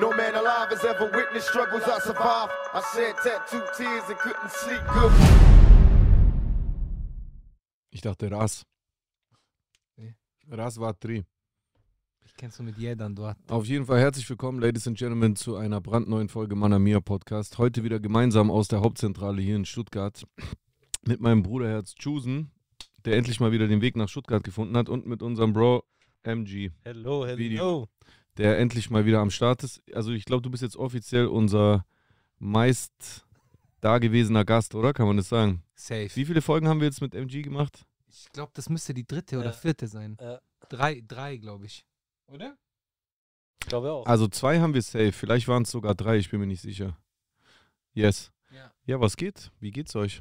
No man alive has ever witnessed struggles I survived. I shed tattooed tears and couldn't sleep good. Ich dachte Ras. Nee. Ras Vatri. Ich kenn's nur mit Jedan dort. Auf jeden Fall herzlich willkommen, Ladies and Gentlemen, zu einer brandneuen Folge Manamia Podcast. Heute wieder gemeinsam aus der Hauptzentrale hier in Stuttgart mit meinem Bruderherz Chusen, der endlich mal wieder den Weg nach Stuttgart gefunden hat und mit unserem Bro MG, Hello, hello. Video. der endlich mal wieder am Start ist. Also ich glaube, du bist jetzt offiziell unser meist dagewesener Gast, oder? Kann man das sagen? Safe. Wie viele Folgen haben wir jetzt mit MG gemacht? Ich glaube, das müsste die dritte oder Ja. vierte sein. Ja. Drei, drei glaube ich. Oder? Ich glaube auch. Also zwei haben wir safe. Vielleicht waren es sogar drei, ich bin mir nicht sicher. Yes. Ja. Ja, was geht? Wie geht's euch?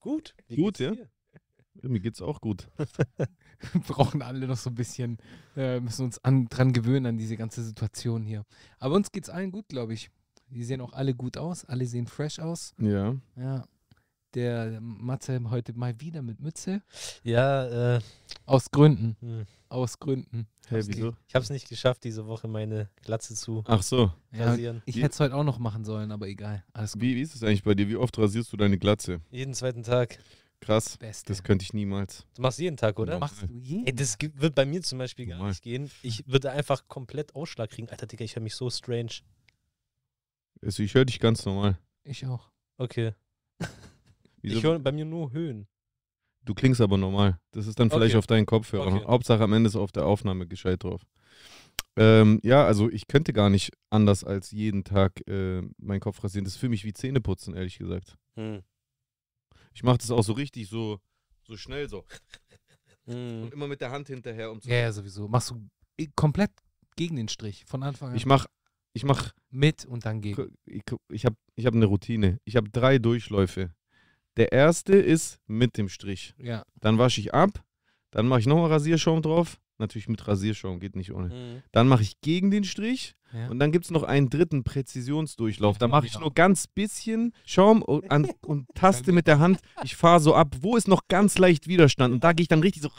gut. Wie Gut, ja. geht's dir? Ja, mir geht's auch gut. Brauchen alle noch so ein bisschen, äh, müssen uns an, dran gewöhnen an diese ganze Situation hier. Aber uns geht's allen gut, glaube ich. Die sehen auch alle gut aus, alle sehen fresh aus. Ja. Ja. Der Matze heute mal wieder mit Mütze. Ja, äh, Aus Gründen. hm. Aus Gründen. Hey, Was wieso? ich habe es nicht geschafft, diese Woche meine Glatze zu Ach so. Ja, rasieren. Also, ich Wie- hätte es heute auch noch machen sollen, aber egal. Alles gut. Wie, wie ist es eigentlich bei dir? Wie oft rasierst du deine Glatze? Jeden zweiten Tag. Krass. Beste. Das könnte ich niemals. Du machst jeden Tag, oder? Ja. Machst du jeden? Ey, das ge- wird bei mir zum Beispiel gar Normal. nicht gehen. Ich würde einfach komplett Ausschlag kriegen. Alter, Digga, ich höre mich so strange. Also ich höre dich ganz normal. Ich auch. Okay. Ich Wieso? höre bei mir nur Höhen. Du klingst aber normal. Das ist dann vielleicht Okay. auf deinen Kopfhörern. Okay. Hauptsache am Ende ist auf der Aufnahme gescheit drauf. Ähm, ja, also ich könnte gar nicht anders als jeden Tag äh, meinen Kopf rasieren. Das ist für mich wie Zähneputzen, ehrlich gesagt. Hm. Ich mache das auch so richtig, so, so schnell so. Hm. Und immer mit der Hand hinterher. Um zu Ja, ja, sowieso. Machst du i- komplett gegen den Strich. Von Anfang an Ich mach, ich mach, mit und dann gegen. ich, ich habe ich hab eine Routine. Ich habe drei Durchläufe. Der erste ist mit dem Strich. Ja. Dann wasche ich ab, dann mache ich nochmal Rasierschaum drauf. Natürlich mit Rasierschaum, geht nicht ohne. Hm. Dann mache ich gegen den Strich ja. und dann gibt es noch einen dritten Präzisionsdurchlauf. Da mache ich nur ganz bisschen Schaum und, an, und taste mit der Hand. Ich fahre so ab, wo ist noch ganz leicht Widerstand. Und da gehe ich dann richtig so,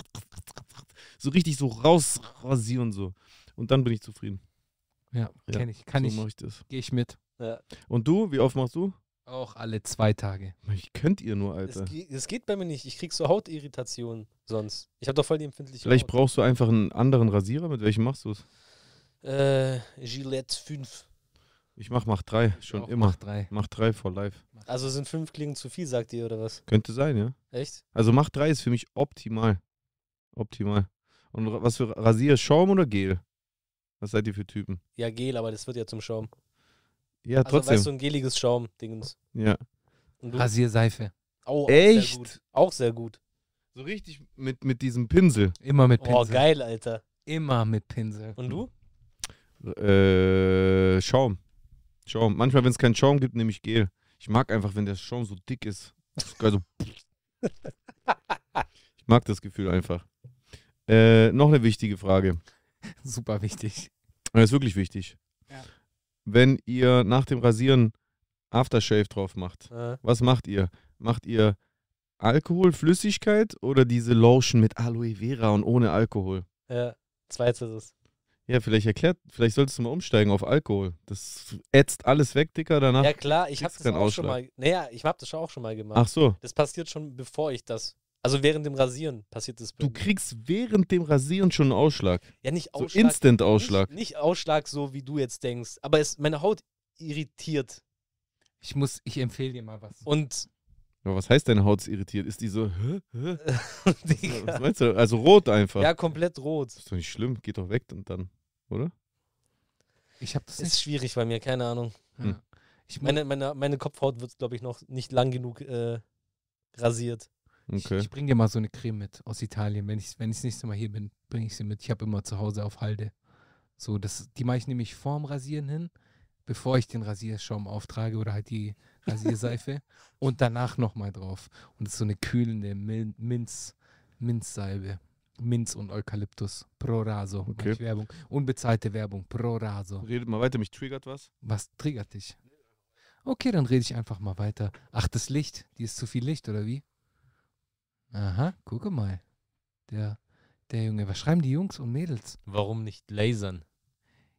so richtig so raus rasieren so. Und dann bin ich zufrieden. ja, Ja, kenne ich. Kann so ich. mache ich das. Gehe ich mit. Ja. Und du, wie oft machst du? Auch alle zwei Tage. Ich könnt ihr nur, Es, Alter. ge- es geht bei mir nicht. Ich krieg so Hautirritationen sonst. Ich habe doch voll die empfindliche Vielleicht Haut. brauchst du einfach einen anderen Rasierer. Mit welchem machst du es? Äh, Gillette 5. Ich mach, mach drei. Schon Auch immer. Mach drei. Mach drei for life. Also sind fünf Klingen zu viel, sagt ihr, oder was? Könnte sein, ja. Echt? Also mach drei ist für mich optimal. Optimal. Und ra- was für Rasier? Schaum oder Gel? Was seid ihr für Typen? Ja, Gel, aber das wird ja zum Schaum. Ja, Also, trotzdem. weißt du, ein geliges Schaum-Dingens. ja. Und du? Rasierseife. Oh, auch Echt? Sehr gut. Auch sehr gut. So richtig mit, mit diesem Pinsel. Immer mit Oh, Pinsel. geil, Alter. Immer mit Pinsel. Hm. Und du? Äh, Schaum. Schaum. Manchmal, wenn es keinen Schaum gibt, nehme ich Gel. Ich mag einfach, wenn der Schaum so dick ist. Das ist geil, so. ich mag das Gefühl einfach. Äh, noch eine wichtige Frage. Super wichtig. Das ist wirklich wichtig. Ja. Wenn ihr nach dem Rasieren Aftershave drauf macht, Äh, was macht ihr? Macht ihr Alkohol, Flüssigkeit oder diese Lotion mit Aloe Vera und ohne Alkohol? ja, zweiteres. Ja, vielleicht erklärt, vielleicht solltest du mal umsteigen auf Alkohol. Das ätzt alles weg, Dicker, danach. ja, klar, ich habe kriegst das auch keinen schon mal. Naja, ich habe das schon auch schon mal gemacht. Ach so, Das passiert schon, bevor ich das. Also während dem Rasieren passiert das. bei du mir. kriegst während dem Rasieren schon einen Ausschlag. ja, nicht So Ausschlag. Instant-Ausschlag. Nicht, nicht Ausschlag, so wie du jetzt denkst. Aber es, meine Haut irritiert. Ich muss, ich empfehle dir mal was. Und, Aber was heißt deine Haut ist irritiert? Ist die so, hä, hä? Was Digga, meinst du? Also rot einfach. ja, komplett rot. Das ist doch nicht schlimm, geht doch weg und dann, oder? Ich habe das Ist nicht. schwierig bei mir, keine Ahnung. Ja. Ich, mu- Meine, meine, meine Kopfhaut wird, glaube ich, noch nicht lang genug äh, rasiert. Okay. ich, ich bringe dir mal so eine Creme mit aus Italien. Wenn ich, wenn ich das nächste Mal hier bin, bringe ich sie mit. Ich habe immer zu Hause auf Halde. So, das, die mache ich nämlich vorm Rasieren hin, bevor ich den Rasierschaum auftrage oder halt die Rasierseife und danach nochmal drauf. Und das ist so eine kühlende Mil Minz, Minzsalbe. Minz und Eukalyptus. Pro Raso. mache Okay. Ich Werbung. Unbezahlte Werbung. Pro Raso. Redet mal weiter, mich triggert was. Was triggert dich? Okay, dann rede ich einfach mal weiter. Ach, das Licht. Die ist zu viel Licht, oder wie? Aha, gucke mal. Der, der Junge. Was schreiben die Jungs und Mädels? Warum nicht lasern?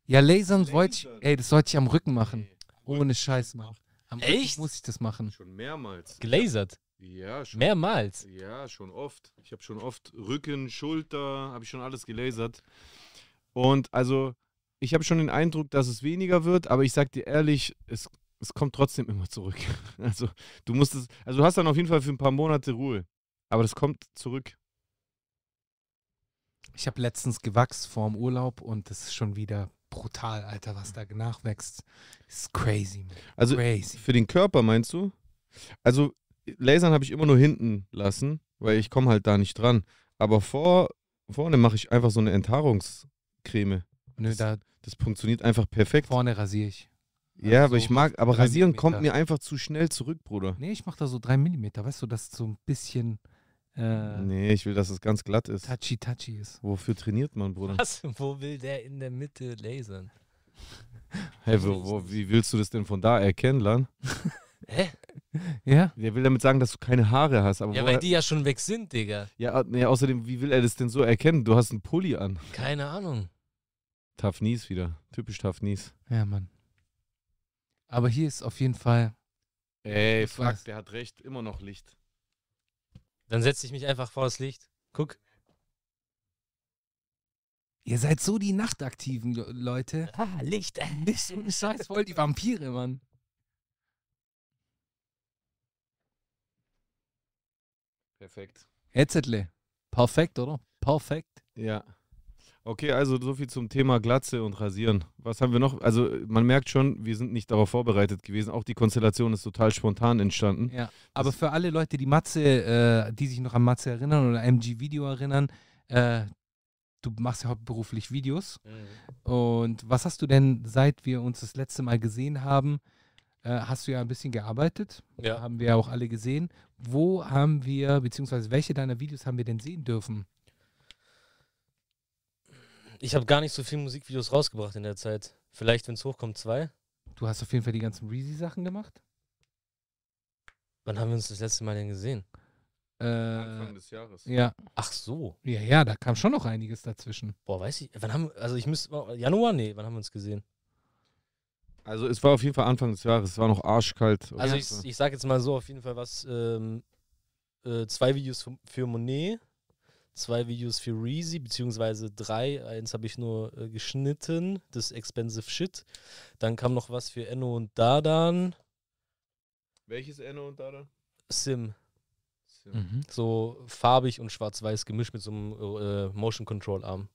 Ja, lasern wollte ich, ey, das sollte ich am Rücken machen. Ohne Scheiß, Mann. Am Echt? Rücken muss ich das machen. Schon mehrmals. Gelasert. Ja, schon. Mehrmals. Ja, schon oft. Ich habe schon oft Rücken, Schulter, habe ich schon alles gelasert. Und also, ich habe schon den Eindruck, dass es weniger wird, aber ich sag dir ehrlich, es, es kommt trotzdem immer zurück. Also, du musst es, also du hast dann auf jeden Fall für ein paar Monate Ruhe. Aber das kommt zurück. Ich habe letztens gewachst vorm Urlaub und das ist schon wieder brutal, Alter, was da nachwächst. Ist crazy, man. Also, Crazy. Für den Körper meinst du? Also, Lasern habe ich immer nur hinten lassen, weil ich komme halt da nicht dran. Aber vor, vorne mache ich einfach so eine Enthaarungscreme. Nö, da Das funktioniert einfach perfekt. vorne rasiere ich. ja, also aber ich so mag, aber drei rasieren Millimeter. kommt mir einfach zu schnell zurück, Bruder. Nee, ich mache da so drei Millimeter, weißt du, dass so ein bisschen äh, Nee, ich will, dass es ganz glatt ist. touchy-touchy ist. Wofür trainiert man, Bruder? Was? Wo will der in der Mitte lasern? Hä, wo, wo, wie willst du das denn von da erkennen, Lan? Hä? Ja? Der will damit sagen, dass du keine Haare hast. Aber Ja, woher, weil die ja schon weg sind, Digga. ja, nee, außerdem, wie will er das denn so erkennen? Du hast einen Pulli an. Keine Ahnung. Tough Knees wieder. Typisch Tough Knees. Ja, Mann. Aber hier ist auf jeden Fall, Ey, Ich weiß. der hat recht, immer noch Licht. Dann setze ich mich einfach vor das Licht. Guck. ihr seid so die nachtaktiven Le- Leute. Ah, Licht. Nicht so ein Scheiß, voll die Vampire, Mann. Perfekt. Hetzetle. Perfekt, oder? Perfekt. Ja. Okay, also so viel zum Thema Glatze und Rasieren. Was haben wir noch? Also man merkt schon, wir sind nicht darauf vorbereitet gewesen. Auch die Konstellation ist total spontan entstanden. Ja, Also aber für alle Leute, die Matze, äh, die sich noch an Matze erinnern oder MG Video erinnern, äh, du machst ja hauptberuflich Videos. Mhm. Und was hast du denn, seit wir uns das letzte Mal gesehen haben, äh, hast du ja ein bisschen gearbeitet? Ja. Haben wir ja auch alle gesehen. Wo haben wir, beziehungsweise welche deiner Videos haben wir denn sehen dürfen? Ich habe gar nicht so viele Musikvideos rausgebracht in der Zeit. Vielleicht, wenn es hochkommt, zwei. Du hast auf jeden Fall die ganzen Reezy-Sachen gemacht. Wann haben wir uns das letzte Mal denn gesehen? Äh, des Jahres. ja, Ach so. ja, ja, da kam schon noch einiges dazwischen. Boah, weiß ich. Wann haben also ich müsste Januar? Nee, wann haben wir uns gesehen? Also es war auf jeden Fall Anfang des Jahres, es war noch arschkalt. Also Ja. ich, ich sag jetzt mal so, auf jeden Fall was ähm, äh, zwei Videos für, für Monet, zwei Videos für Reezy, beziehungsweise drei, eins habe ich nur äh, geschnitten, das Expensive Shit. Dann kam noch was für Enno und Dadan, Welches Ende und da Sim, Hm. Mhm. so farbig und schwarz-weiß gemischt mit so einem äh, Motion Control Arm.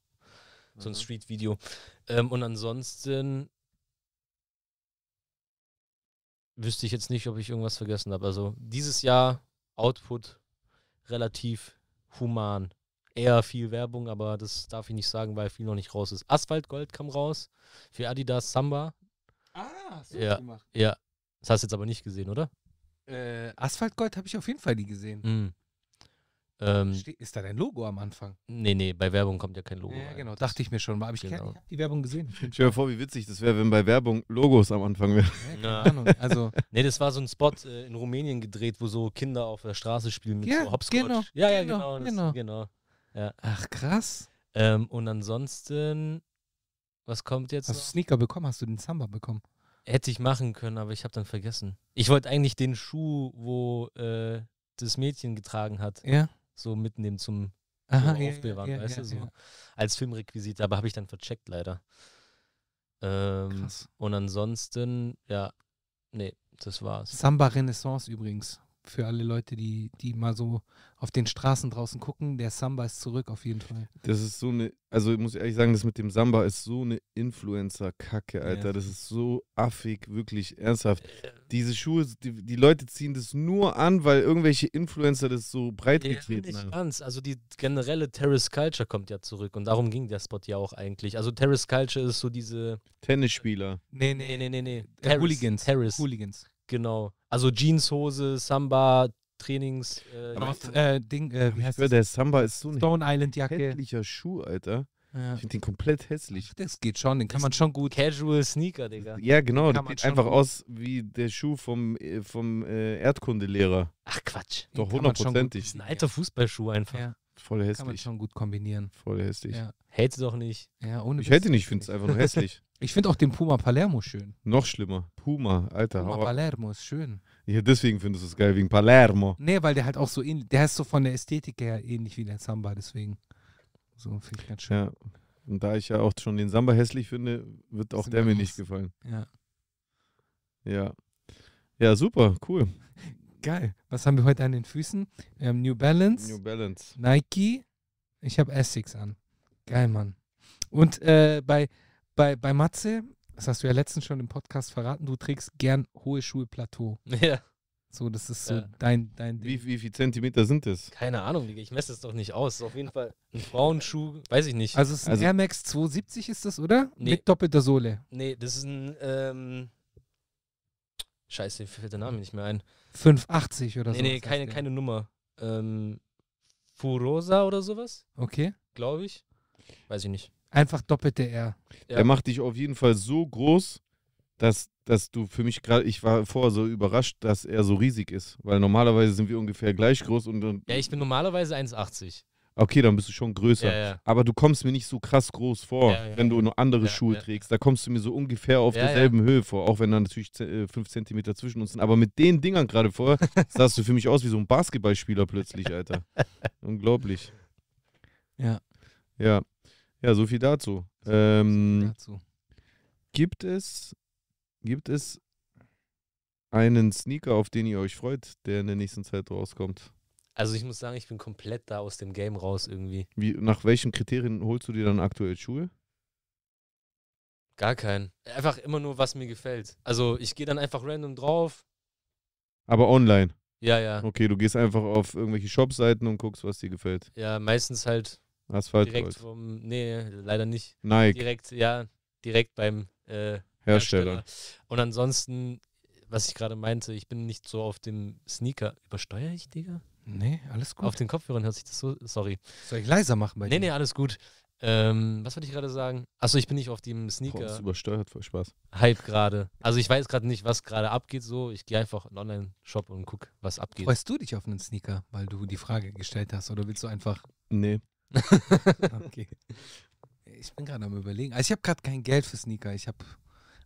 so Mhm. ein Street-Video. Ähm, und ansonsten wüsste ich jetzt nicht, ob ich irgendwas vergessen habe. Also dieses Jahr Output relativ human. Eher viel Werbung, aber das darf ich nicht sagen, weil viel noch nicht raus ist. Asphaltgold kam raus für Adidas Samba. Ah, so Ja. gemacht. Ja, das hast du jetzt aber nicht gesehen, oder? Äh, Asphaltgold habe ich auf jeden Fall die gesehen. Mhm. Ähm, Ste- Ist da dein Logo am Anfang? nee, nee, bei Werbung kommt ja kein Logo. ja, rein. genau. Dachte ich mir schon mal. Aber ich, kenn- Genau. ich habe die Werbung gesehen. Ich mir vor, wie witzig das wäre, wenn bei Werbung Logos am Anfang wären. Ja, keine Ja. Ahnung. Also, Nee, das war so ein Spot äh, in Rumänien gedreht, wo so Kinder auf der Straße spielen mit Ja, so Hopscotch. genau, ja, ja, genau, genau. Das, genau. genau. ach krass. Ähm, und ansonsten, was kommt jetzt? Hast du Noch? Sneaker bekommen? Hast du den Samba bekommen? Hätte ich machen können, aber ich habe dann vergessen. Ich wollte eigentlich den Schuh, wo äh, das Mädchen getragen hat, Ja. so mitnehmen zum Aha, so ja, aufbewahren, ja, weißt ja, du, so ja. als Filmrequisite, aber habe ich dann vercheckt leider. Ähm, Krass. Und ansonsten, ja, nee, das war's. Samba Renaissance übrigens. Für alle Leute, die, die mal so auf den Straßen draußen gucken, der Samba ist zurück auf jeden Fall. Das ist so eine, also ich muss ehrlich sagen, das mit dem Samba ist so eine Influencer-Kacke, Alter. Ja. Das ist so affig, wirklich ernsthaft. Diese Schuhe, die, die Leute ziehen das nur an, weil irgendwelche Influencer das so breit getreten nicht haben. ganz. Also die generelle Terrace Culture kommt ja zurück und darum ging der Spot ja auch eigentlich. Also Terrace Culture ist so diese. Tennisspieler. Nee, Nee, nee, nee, nee. Äh, Hooligans. Terrace, Hooligans. genau. Also Jeanshose, Samba, Trainings. Äh, Aber- Jeans- Äh, Ding, äh, wie heißt Hör, das? der Samba ist so ein Stone Island Jacke. hässlicher Schuh, Alter. Ja. Ich finde den komplett hässlich. Das geht schon, den kann Ist man schon gut. Casual Sneaker, Digga. Ja, genau. kann Das man sieht schon einfach gut- aus wie der Schuh vom, äh, vom äh, Erdkundelehrer. Ach Quatsch. den Doch kann man schon gut hundertprozentig. Das ist ein alter Fußballschuh einfach. Ja. Voll Kann man hässlich. schon gut kombinieren. Voll hässlich. Ja, Hate doch nicht. ja ohne Ich Witz. hätte nicht, ich finde es einfach nur hässlich. Ich finde auch den Puma Palermo schön. Noch schlimmer. Puma, Alter. Puma Hau ab. Palermo ist schön. Ja, deswegen findest du es geil, wegen Palermo. Nee, weil der halt auch so ähnlich, der ist so von der Ästhetik her ähnlich wie der Samba, deswegen. So finde ich ganz schön. Ja. Und da ich ja auch schon den Samba hässlich finde, wird auch Sind der wir mir raus. nicht gefallen. Ja. Ja. Ja, super, cool. Geil. Was haben wir heute an den Füßen? Wir haben New Balance, New Balance. Nike. Ich habe Essex an. Geil, Mann. Und äh, bei, bei, bei Matze, das hast du ja letztens schon im Podcast verraten, du trägst gern hohe Schuhe Plateau. Ja. So, das ist so Ja. dein, dein Ding. Wie, wie viel Zentimeter sind das? Keine Ahnung, Digga. Ich messe das doch nicht aus. Ist auf jeden Fall ein Frauenschuh. Weiß ich nicht. Also es ist ein Also- Air Max 270 ist das, oder? Nee. Mit doppelter Sohle. nee, das ist ein. Ähm, Scheiße, mir fällt der Name nicht mehr ein. 580 oder Nee, so. nee, keine, keine Nummer. Ähm, Furosa oder sowas, Okay. glaube ich. Weiß ich nicht. Einfach doppelte R. Ja. Er macht dich auf jeden Fall so groß, dass, dass du für mich gerade, ich war vorher so überrascht, dass er so riesig ist. Weil normalerweise sind wir ungefähr gleich groß und dann, Ja, ich bin normalerweise 1,80. okay, dann bist du schon größer. Ja, ja. Aber du kommst mir nicht so krass groß vor, Ja, ja. wenn du nur andere Ja, Schuhe ja. trägst. Da kommst du mir so ungefähr auf Ja, ja. derselben Höhe vor, auch wenn da natürlich 5 Zentimeter zwischen uns sind. Aber mit den Dingern gerade vorher sahst du für mich aus wie so ein Basketballspieler plötzlich, Alter. Unglaublich. Ja. Ja. Ja, so viel dazu. So, Ähm, dazu. Gibt es, gibt es einen Sneaker, auf den ihr euch freut, der in der nächsten Zeit rauskommt? Also ich muss sagen, ich bin komplett da aus dem Game raus irgendwie. Wie, nach welchen Kriterien holst du dir dann aktuell Schuhe? Gar keinen. Einfach immer nur, was mir gefällt. Also ich gehe dann einfach random drauf. Aber online. Ja, ja. Okay, du gehst einfach auf irgendwelche Shopseiten und guckst, was dir gefällt. Ja, meistens halt Asphalt, direkt vom. Nee, leider nicht. Nike, Direkt, ja, direkt beim äh, Hersteller. Und ansonsten, was ich gerade meinte, ich bin nicht so auf dem Sneaker. Übersteuere ich, Digga? Nee, alles gut. Auf den Kopfhörern hört sich das so. Sorry. Soll ich leiser machen bei Nee, nee, dir? alles gut. Ähm, was wollte ich gerade sagen? Achso, ich bin nicht auf dem Boah, das ist Sneaker-Hype übersteuert, voll Spaß. gerade. Also ich weiß gerade nicht, was gerade abgeht so. Ich gehe einfach in den Online-Shop und guck, was abgeht. Freust du dich auf einen Sneaker, weil du die Frage gestellt hast? Oder willst du einfach. Nee. Okay. ich bin gerade am Überlegen. Also, ich habe gerade kein Geld für Sneaker. Ich habe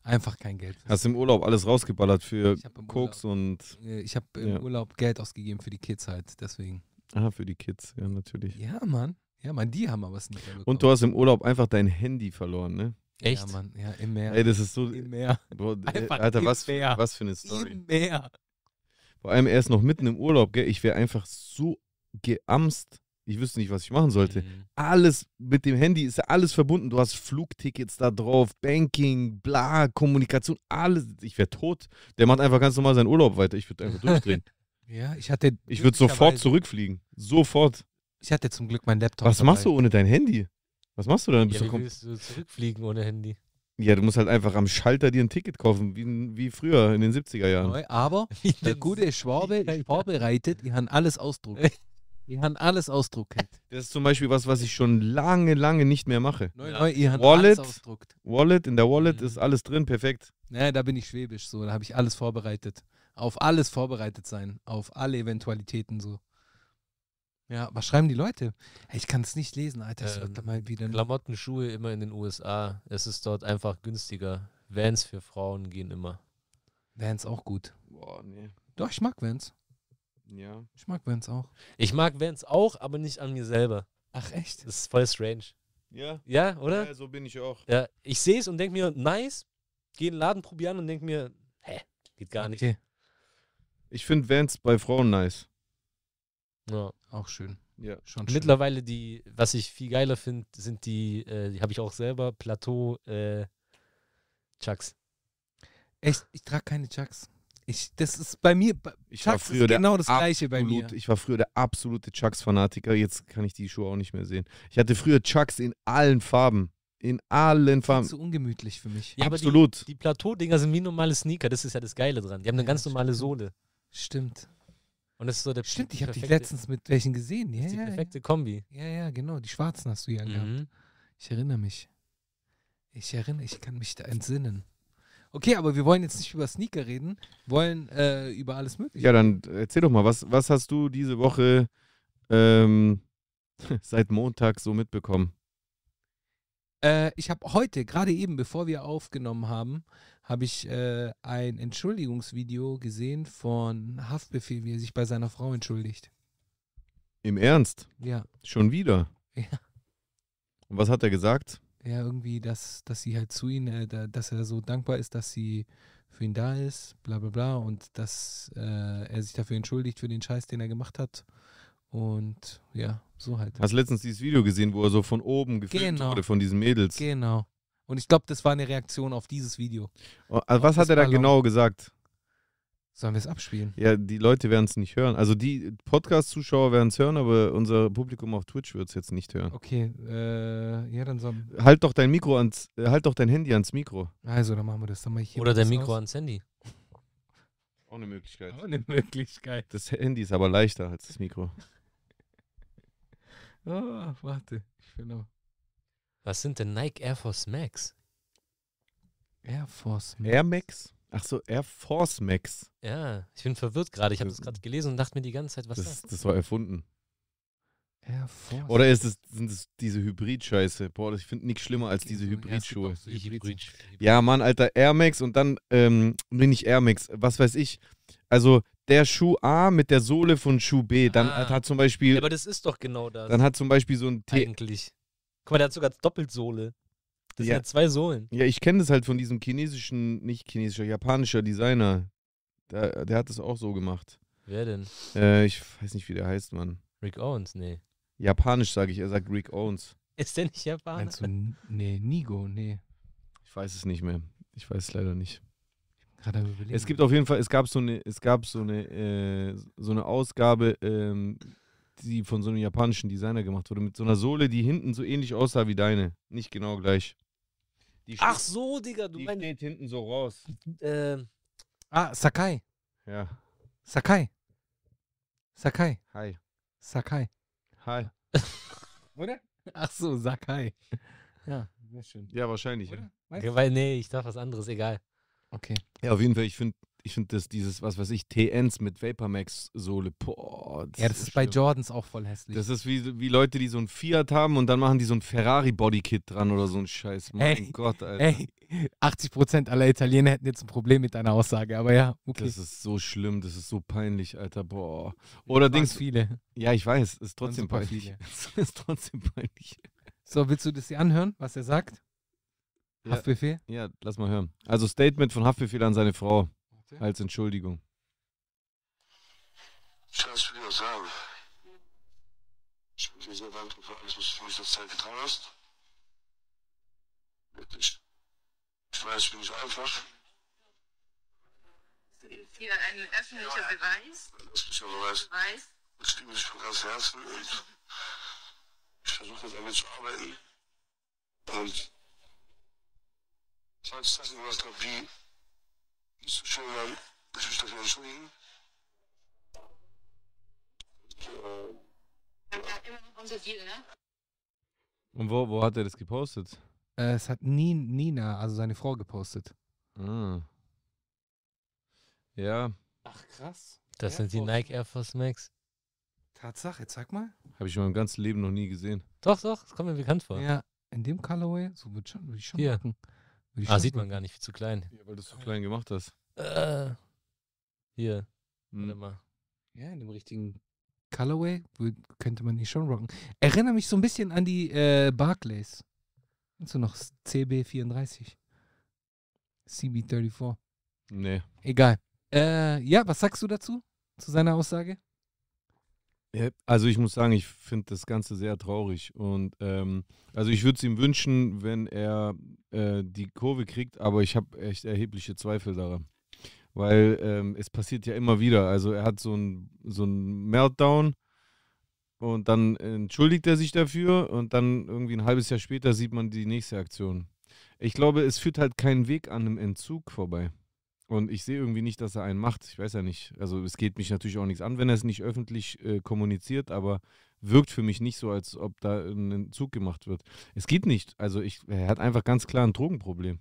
einfach kein Geld für Hast im Urlaub alles rausgeballert für Ich habe im, Koks Urlaub, und äh, ich hab im Ja. Urlaub Geld ausgegeben für die Kids halt. Deswegen. ah, für die Kids, ja, natürlich. Ja, Mann. Ja, Mann, die haben aber Sneaker bekommen. Und du hast im Urlaub einfach dein Handy verloren, ne? Echt? Ja, Mann. Ja, im Meer. Ey, das ist so. Im Meer. Boah, äh, Einfach Alter, im was, Meer. was für eine Story. Im Meer. Vor allem, er ist noch mitten im Urlaub, gell? Ich wäre einfach so geamst. Ich wüsste nicht, was ich machen sollte. Mhm. alles mit dem Handy ist ja alles verbunden. Du hast Flugtickets da drauf, Banking, bla, Kommunikation, alles. Ich wäre tot. Der macht einfach ganz normal seinen Urlaub weiter. Ich würde einfach durchdrehen. Ja, ich hatte. Ich würde sofort glücklicherweise- zurückfliegen. Sofort. Ich hatte zum Glück meinen Laptop. Was machst dabei. du ohne dein Handy? Was machst du dann? Bist du Ja, wie kom- willst du zurückfliegen ohne Handy? ja, du musst halt einfach am Schalter dir ein Ticket kaufen, wie, wie früher in den 70er Jahren. Neu, aber Wie der denn gute Schwabe ist vorbereitet. Die haben alles ausdruckt. Die haben alles ausdruckt. Das ist zum Beispiel was, was ich schon lange, lange nicht mehr mache. Neu, Ja. neu, ihr habt Wallet. alles ausdruckt. Wallet, in der Wallet Mhm. ist alles drin, perfekt. Naja, da bin ich schwäbisch so. Da habe ich alles vorbereitet. Auf alles vorbereitet sein. Auf alle Eventualitäten so. Ja, was schreiben die Leute? Ey, Ich kann es nicht lesen, Alter. Ich sollte Ähm, mal wieder. Klamotten, Schuhe immer in den USA. Es ist dort einfach günstiger. Vans für Frauen gehen immer. Vans auch gut. Boah, nee. Doch, ich mag Vans. Ja. Ich mag Vans auch. Ich mag Vans auch, aber nicht an mir selber. Ach, echt? Das ist voll strange. Ja, Ja, oder? ja, so bin ich auch. Ja, ich sehe es und denke mir, nice. Gehe in den Laden probieren und denke mir, hä, geht gar nicht. Okay. Ich finde Vans bei Frauen nice. Ja. Auch schön. Ja. Schon schön. Mittlerweile die, was ich viel geiler finde, sind die, äh, die habe ich auch selber, Plateau äh, Chucks. Echt, ich trage keine Chucks. Ich, das ist bei mir. bei- Ich war Chucks früher ist der genau das gleiche bei mir. absolute, ich war früher der absolute Chucks-Fanatiker. Jetzt kann ich die Schuhe auch nicht mehr sehen. Ich hatte früher Chucks in allen Farben. In allen Viel Farben. zu ungemütlich für mich. Ja, aber die- Absolut. Die Plateau-Dinger sind wie normale Sneaker, das ist ja das Geile dran. Die haben eine Ja, ganz stimmt. normale Sohle. Stimmt. Und das ist so der Stimmt, ich habe dich perfekte- letztens mit welchen gesehen. das Ja, ist die ja, ja. perfekte Kombi. ja, ja, genau. Die schwarzen hast du hier angehabt. Mhm. Ich erinnere mich. Ich erinnere, ich kann mich da entsinnen. Okay, aber wir wollen jetzt nicht über Sneaker reden, wollen äh, äh, über alles Mögliche. Ja, dann erzähl doch mal, was, was hast du diese Woche ähm, seit Montag so mitbekommen? Äh, ich habe heute, gerade eben, bevor wir aufgenommen haben, habe ich äh, ein Entschuldigungsvideo gesehen von Haftbefehl, wie er sich bei seiner Frau entschuldigt. Im Ernst? Ja, Schon wieder? Ja. Und was hat er gesagt? ja irgendwie, dass, dass sie halt zu ihm, äh, da, dass er so dankbar ist, dass sie für ihn da ist, bla bla bla, und dass äh, er sich dafür entschuldigt für den Scheiß, den er gemacht hat. Und ja, so halt. Hast letztens dieses Video gesehen, wo er so von oben gefilmt Genau. wurde von diesen Mädels? Genau. Und ich glaube, das war eine Reaktion auf dieses Video. Oh, also was hat er da Ballon. genau gesagt? Sollen wir es abspielen? Ja, die Leute werden es nicht hören. Also die Podcast-Zuschauer werden es hören, aber unser Publikum auf Twitch wird es jetzt nicht hören. Okay, äh, ja, dann sollen Halt doch dein Mikro ans, äh, halt doch dein Handy ans Mikro. Also, dann machen wir das. Dann mach ich hier Oder mal der das Mikro aus. ans Handy. Auch eine Möglichkeit. Auch eine Möglichkeit. Das Handy ist aber leichter als das Mikro. Ah, warte. Ich bin noch. Was sind denn Nike Air Force Max? Air Force Max. Air Max? Ach so, Air Force Max. Ja, ich bin verwirrt gerade. Ich habe das Das- gerade gelesen und dachte mir die ganze Zeit, was Das, das? das war erfunden. Air Force Oder ist es, sind es diese Hybrid-Scheiße? Boah, das- ich finde nichts schlimmer als diese Ja, es gibt Hybrid-Schuhe. auch so Hybrid- Ja, Mann, Alter, Air Max und dann ähm, bin ich Air Max. Was weiß ich. Also der Schuh A mit der Sohle von Schuh B. Dann Ah. hat zum Ja, Beispiel, aber das ist doch genau das. dann hat zum Beispiel so ein T. eigentlich. Guck mal, der hat sogar Doppelsohle. Das Ja. sind ja zwei Sohlen. Ja, ich kenne das halt von diesem chinesischen, nicht chinesischer, japanischer Designer. Der, der hat das auch so gemacht. Wer denn? Äh, ich weiß nicht, wie der heißt, Mann. Rick Owens? Nee. Japanisch sage ich, er sagt Rick Owens. Ist der nicht Japaner? Meinst du, N- nee, Nigo, nee. Ich weiß es nicht mehr. Ich weiß es leider nicht. Gerade am überlegen. Es gibt auf jeden Fall, es gab so eine, es gab so eine, äh, so eine Ausgabe, ähm, die von so einem japanischen Designer gemacht wurde, mit so einer Sohle, die hinten so ähnlich aussah wie deine. Nicht genau gleich. Die steht- Ach so, Digga, du die meinst. steht hinten so raus. Äh, Ah, Sakai. Ja. Sakai. Sakai. Hi. Sakai. Hi. Oder? Ach so, Sakai. Ja, sehr schön. Ja, wahrscheinlich. ja. Oder? Weißt du? weil, nee, ich darf was anderes, egal. Okay. Ja, auf jeden Fall, ich finde, ich finde das, dieses, was weiß ich, TNs mit Vapormax-Sohle, boah. Ja, das ist bei schlimm. Jordans auch voll hässlich. Das ist wie, wie Leute, die so ein Fiat haben und dann machen die so ein Ferrari-Bodykit dran oder so ein Scheiß. Mein Ey, Gott, Alter. Ey, 80% aller Italiener hätten jetzt ein Problem mit deiner Aussage, aber ja, okay. Das ist so schlimm, das ist so peinlich, Alter, boah. Oder Dings, viele. ja, ich weiß, ist trotzdem super peinlich. viele. ist trotzdem peinlich. So, willst du das dir anhören, was er sagt? Ja. Haftbefehl? Ja, lass mal hören. Also Statement von Haftbefehl an seine Frau Warte. als Entschuldigung. Ich kann es dir nur sagen. Ich bin dir sehr dankbar für alles, was du für mich das Zeit getan hast. Wirklich. Ich weiß, ich bin nicht einfach. ist hier ein öffentlicher Beweis. Das ist ja beweis. Beweis. Ich liebe dich von ganzem Herzen und ich versuche jetzt an mir zu arbeiten. Und falls das in meiner Therapie nicht so schön war, ich mich dafür entschuldigen. Und, äh, Wir haben ja immer noch unser Deal, ne? Und wo, wo hat er das gepostet? Äh, es hat Nin- Nina, also seine Frau, gepostet. Ah. Ja, Ach krass. Das sind die Nike Air Force Max. Tatsache, zeig mal. habe ich in meinem ganzen Leben noch nie gesehen. Doch, doch, das kommt mir bekannt vor. Ja, in dem Colorway, so würde schon, würd ich schon Hier. machen. Würd ich Ah, schon sieht man machen. gar nicht, viel zu klein. Ja, weil du es so klein gemacht hast. Äh, hier, warte Hm. mal. Ja, in dem richtigen Colorway würd, könnte man die schon rocken. Erinnere mich so ein bisschen an die äh, Barclays. Kennst du noch das CB34? CB34. Nee. Egal. Äh, ja, was sagst du dazu? Zu seiner Aussage? Ja, Also ich muss sagen, ich finde das Ganze sehr traurig. Und ähm, also ich würde es ihm wünschen, wenn er äh, die Kurve kriegt, aber ich habe echt erhebliche Zweifel daran. Weil ähm, es passiert ja immer wieder. Also er hat so ein so ein Meltdown und dann entschuldigt er sich dafür und dann irgendwie ein halbes Jahr später sieht man die nächste Aktion. Ich glaube, es führt halt keinen Weg an einem Entzug vorbei. Und ich sehe irgendwie nicht, dass er einen macht. Ich weiß ja nicht. Also es geht mich natürlich auch nichts an, wenn er es nicht öffentlich äh, kommuniziert, aber wirkt für mich nicht so, als ob da ein Entzug gemacht wird. Es geht nicht. Also ich, er hat einfach ganz klar ein Drogenproblem.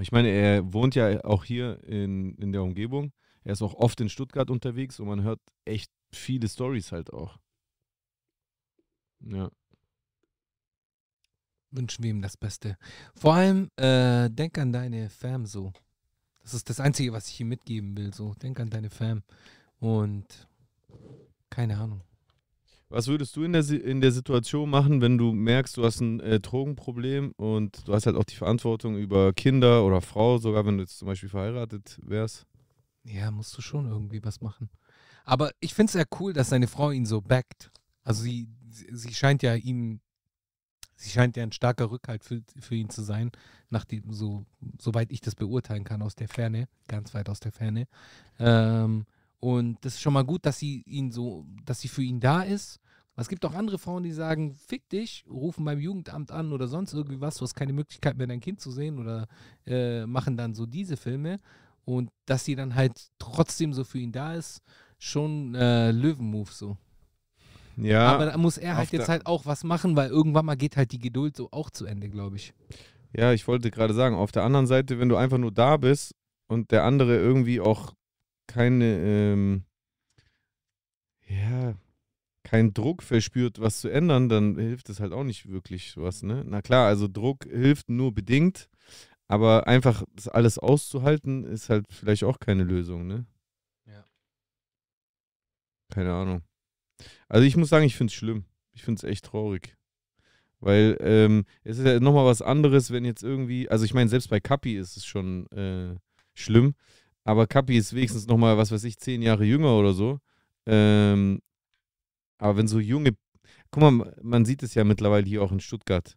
Ich meine, er wohnt ja auch hier in, in der Umgebung. Er ist auch oft in Stuttgart unterwegs und man hört echt viele Stories halt auch. Ja. Wünschen wir ihm das Beste. Vor allem, äh, denk an deine Fam so. Das ist das Einzige, was ich ihm mitgeben will. So, denk an deine Fam. Und keine Ahnung. Was würdest du in der, Si- in der Situation machen, wenn du merkst, du hast ein äh, Drogenproblem und du hast halt auch die Verantwortung über Kinder oder Frau, sogar wenn du jetzt zum Beispiel verheiratet wärst? Ja, musst du schon irgendwie was machen. Aber ich finde es ja cool, dass seine Frau ihn so backt. Also sie, sie sie scheint ja ihm, sie scheint ja ein starker Rückhalt für, für ihn zu sein, nachdem so, soweit ich das beurteilen kann, aus der Ferne, ganz weit aus der Ferne. Ähm, und das ist schon mal gut, dass sie ihn so, dass sie für ihn da ist. Aber Es gibt auch andere Frauen, die sagen, fick dich, rufen beim Jugendamt an oder sonst irgendwie was, du hast keine Möglichkeit mehr, dein Kind zu sehen oder äh, machen dann so diese Filme. Und dass sie dann halt trotzdem so für ihn da ist, schon äh, Löwenmove so. Ja, Aber da muss er auf halt der- jetzt halt auch was machen, weil irgendwann mal geht halt die Geduld so auch zu Ende, glaube ich. ja ich wollte gerade sagen, auf der anderen Seite, wenn du einfach nur da bist und der andere irgendwie auch keine, ähm, ja, keinen Druck verspürt, was zu ändern, dann hilft es halt auch nicht wirklich was, ne? Na klar, also Druck hilft nur bedingt, aber einfach das alles auszuhalten, ist halt vielleicht auch keine Lösung, ne? Ja. Keine Ahnung. Also ich muss sagen, ich finde es schlimm. Ich finde es echt traurig. Weil ähm, es ist ja nochmal was anderes, wenn jetzt irgendwie, also ich meine, selbst bei Kapi ist es schon äh, schlimm, aber Kapi ist wenigstens nochmal, was weiß ich, zehn Jahre jünger oder so. Ähm, aber wenn so junge, guck mal, man sieht es ja mittlerweile hier auch in Stuttgart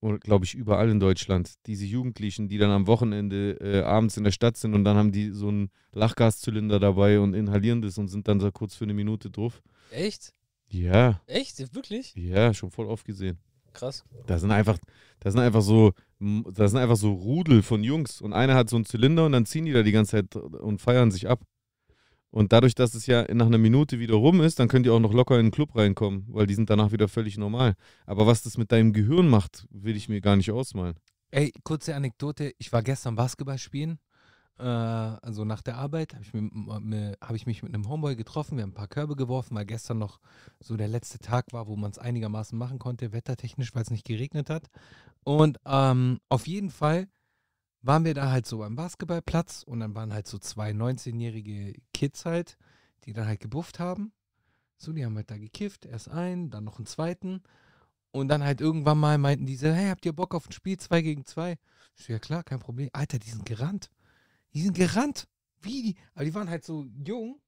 oder glaube ich überall in Deutschland, diese Jugendlichen, die dann am Wochenende äh, abends in der Stadt sind und dann haben die so einen Lachgaszylinder dabei und inhalieren das und sind dann so kurz für eine Minute drauf. Echt? Ja, Echt? Wirklich? ja, schon voll oft gesehen. Krass. Da sind einfach, da sind einfach so, da sind einfach so Rudel von Jungs und einer hat so einen Zylinder und dann ziehen die da die ganze Zeit und feiern sich ab. Und dadurch, dass es ja nach einer Minute wieder rum ist, dann könnt ihr auch noch locker in den Club reinkommen, weil die sind danach wieder völlig normal. Aber was das mit deinem Gehirn macht, will ich mir gar nicht ausmalen. Ey, kurze Anekdote. Ich war gestern Basketball spielen. Äh, also nach der Arbeit habe ich, mit- mit- hab ich mich mit einem Homeboy getroffen. Wir haben ein paar Körbe geworfen, weil gestern noch so der letzte Tag war, wo man es einigermaßen machen konnte, wettertechnisch, weil es nicht geregnet hat. Und ähm, auf jeden Fall waren wir da halt so am Basketballplatz und dann waren halt so zwei 19-jährige Kids halt, die dann halt gebufft haben. So, die haben halt da gekifft, erst einen, dann noch einen zweiten. Und dann halt irgendwann mal meinten diese, hey, habt ihr Bock auf ein Spiel 2 gegen 2? Ich so, ja klar, kein Problem. Alter, die sind gerannt. Die sind gerannt. Wie die? Aber die waren halt so jung.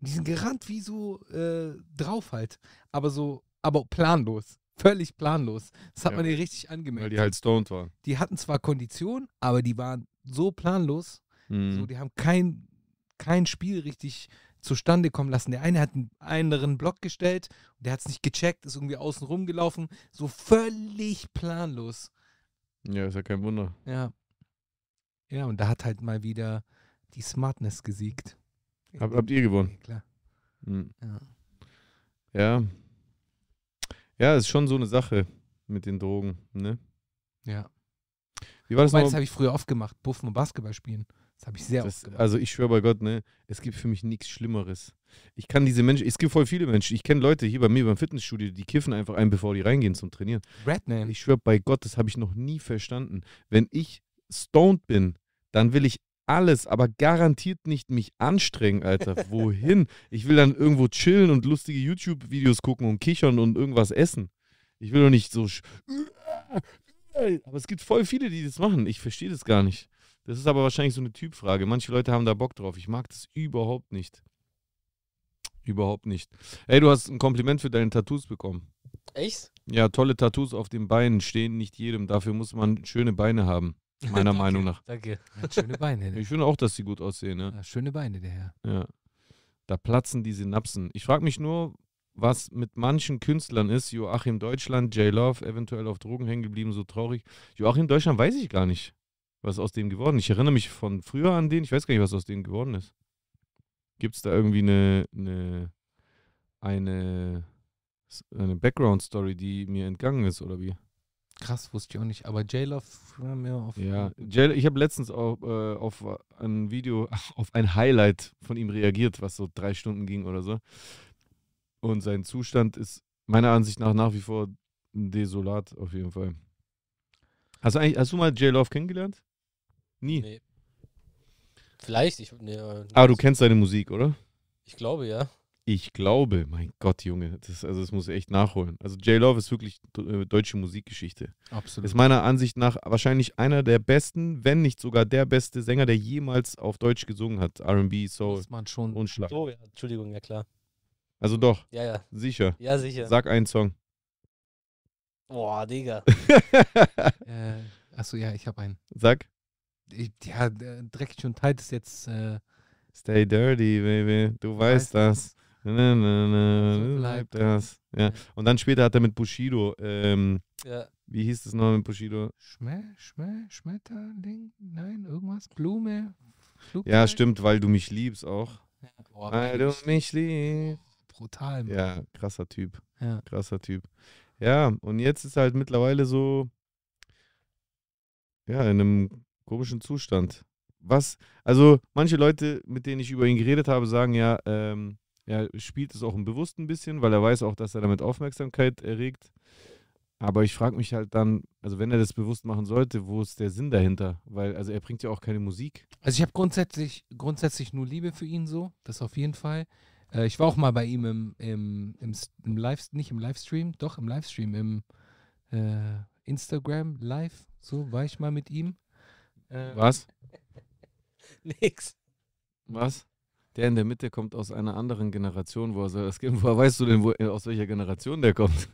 Die sind gerannt wie so äh, drauf halt. Aber so, aber planlos. Völlig planlos. Das hat Ja. man dir richtig angemerkt Weil die halt stoned waren. die hatten zwar Kondition, aber die waren so planlos, Mhm. so, die haben kein, kein Spiel richtig zustande kommen lassen. Der eine hat einen anderen Block gestellt, der hat es nicht gecheckt, ist irgendwie außen rumgelaufen, so völlig planlos. Ja, ist ja kein Wunder. Ja. Ja, und da hat halt mal wieder die Smartness gesiegt. Hab- habt ihr gewonnen? Ja, Klar. Mhm. Ja. Ja. Ja, ist schon so eine Sache mit den Drogen, ne? Ja. Wie war das Wobei, noch? das habe ich früher oft gemacht, Buffen und Basketball spielen. Das habe ich sehr Das, oft gemacht. also ich schwöre bei Gott, ne, es gibt für mich nichts Schlimmeres. Ich kann diese Menschen, es gibt voll viele Menschen, ich kenne Leute hier bei mir beim Fitnessstudio, die kiffen einfach ein, bevor die reingehen zum Trainieren. Redman. Ich schwöre bei Gott, das habe ich noch nie verstanden. Wenn ich stoned bin, dann will ich alles, aber garantiert nicht mich anstrengen, Alter. Wohin? Ich will dann irgendwo chillen und lustige YouTube-Videos gucken und kichern und irgendwas essen. Ich will doch nicht so. sch- Aber es gibt voll viele, die das machen. Ich verstehe das gar nicht. Das ist aber wahrscheinlich so eine Typfrage. Manche Leute haben da Bock drauf. Ich mag das überhaupt nicht. Überhaupt nicht. Ey, du hast ein Kompliment für deine Tattoos bekommen. Echt? Ja, tolle Tattoos auf den Beinen stehen nicht jedem. Dafür muss man schöne Beine haben, meiner Meinung nach. Danke. Er hat schöne Beine. der- Ich finde auch, dass sie gut aussehen. Ne? Ja, schöne Beine, der Herr. Ja. Da platzen die Synapsen. Ich frage mich nur, was mit manchen Künstlern ist. Joachim Deutschland, J. Love, eventuell auf Drogen hängen geblieben, so traurig. Joachim Deutschland weiß ich gar nicht, was aus dem geworden ist. Ich erinnere mich von früher an den. Ich weiß gar nicht, was aus dem geworden ist. Gibt es da irgendwie eine, eine, eine, eine Background-Story, die mir entgangen ist oder wie? Krass, wusste ich auch nicht. Aber J-Love war mir auf. Ja, Jell- ich habe letztens auf, äh, auf ein Video, auf ein Highlight von ihm reagiert, was so drei Stunden ging oder so. Und sein Zustand ist meiner Ansicht nach nach wie vor desolat auf jeden Fall. Hast du, eigentlich, hast du mal J. Love kennengelernt? Nie. Nee. Vielleicht, ich, nee, äh, Aber du kennst seine Musik, oder? ich glaube ja. Ich glaube, mein Gott, Junge, das, also das muss ich echt nachholen. Also J. Love ist wirklich äh, deutsche Musikgeschichte. Absolut. Ist meiner Ansicht nach wahrscheinlich einer der besten, wenn nicht sogar der beste Sänger, der jemals auf Deutsch gesungen hat. R&B, Soul muss man schon. und Schlag. So, ja, Entschuldigung, ja klar. Also doch, Ja, ja. sicher. Ja, sicher. Sag einen Song. Boah, Digga. Äh, achso, ja, ich habe einen. Sag Ich, ja, äh, dreckig und tight ist jetzt äh, Stay Dirty, Baby, du weißt weißt das. Na, na, na, So du bleibt bleib das. Ja. Ja. Und dann später hat er mit Bushido, ähm, Ja, wie hieß das noch mit Bushido? Schme, Schme, Schmetterling, nein, irgendwas, Blume. Flugzeug. Ja, stimmt, weil du mich liebst auch. Ja, boah, Weil du mich liebst. brutal. Mann. Ja, krasser Typ. Ja. Krasser Typ. Ja, und jetzt ist er halt mittlerweile so, ja, in einem komischen Zustand. Was, also manche Leute, mit denen ich über ihn geredet habe, sagen ja, ähm, er spielt es auch im Bewussten ein bisschen, weil er weiß auch, dass er damit Aufmerksamkeit erregt. Aber ich frage mich halt dann, also wenn er das bewusst machen sollte, wo ist der Sinn dahinter? Weil, also er bringt ja auch keine Musik. Also ich habe grundsätzlich, grundsätzlich nur Liebe für ihn so, das auf jeden Fall. Äh, ich war auch mal bei ihm im, im, im, S- im Live, nicht im Livestream, doch im Livestream, im äh, Instagram Live, so war ich mal mit ihm. Äh, Was? nix. Was? Der in der Mitte kommt aus einer anderen Generation. Woher soll das gehen? Woher weißt du denn, wo, aus welcher Generation der kommt?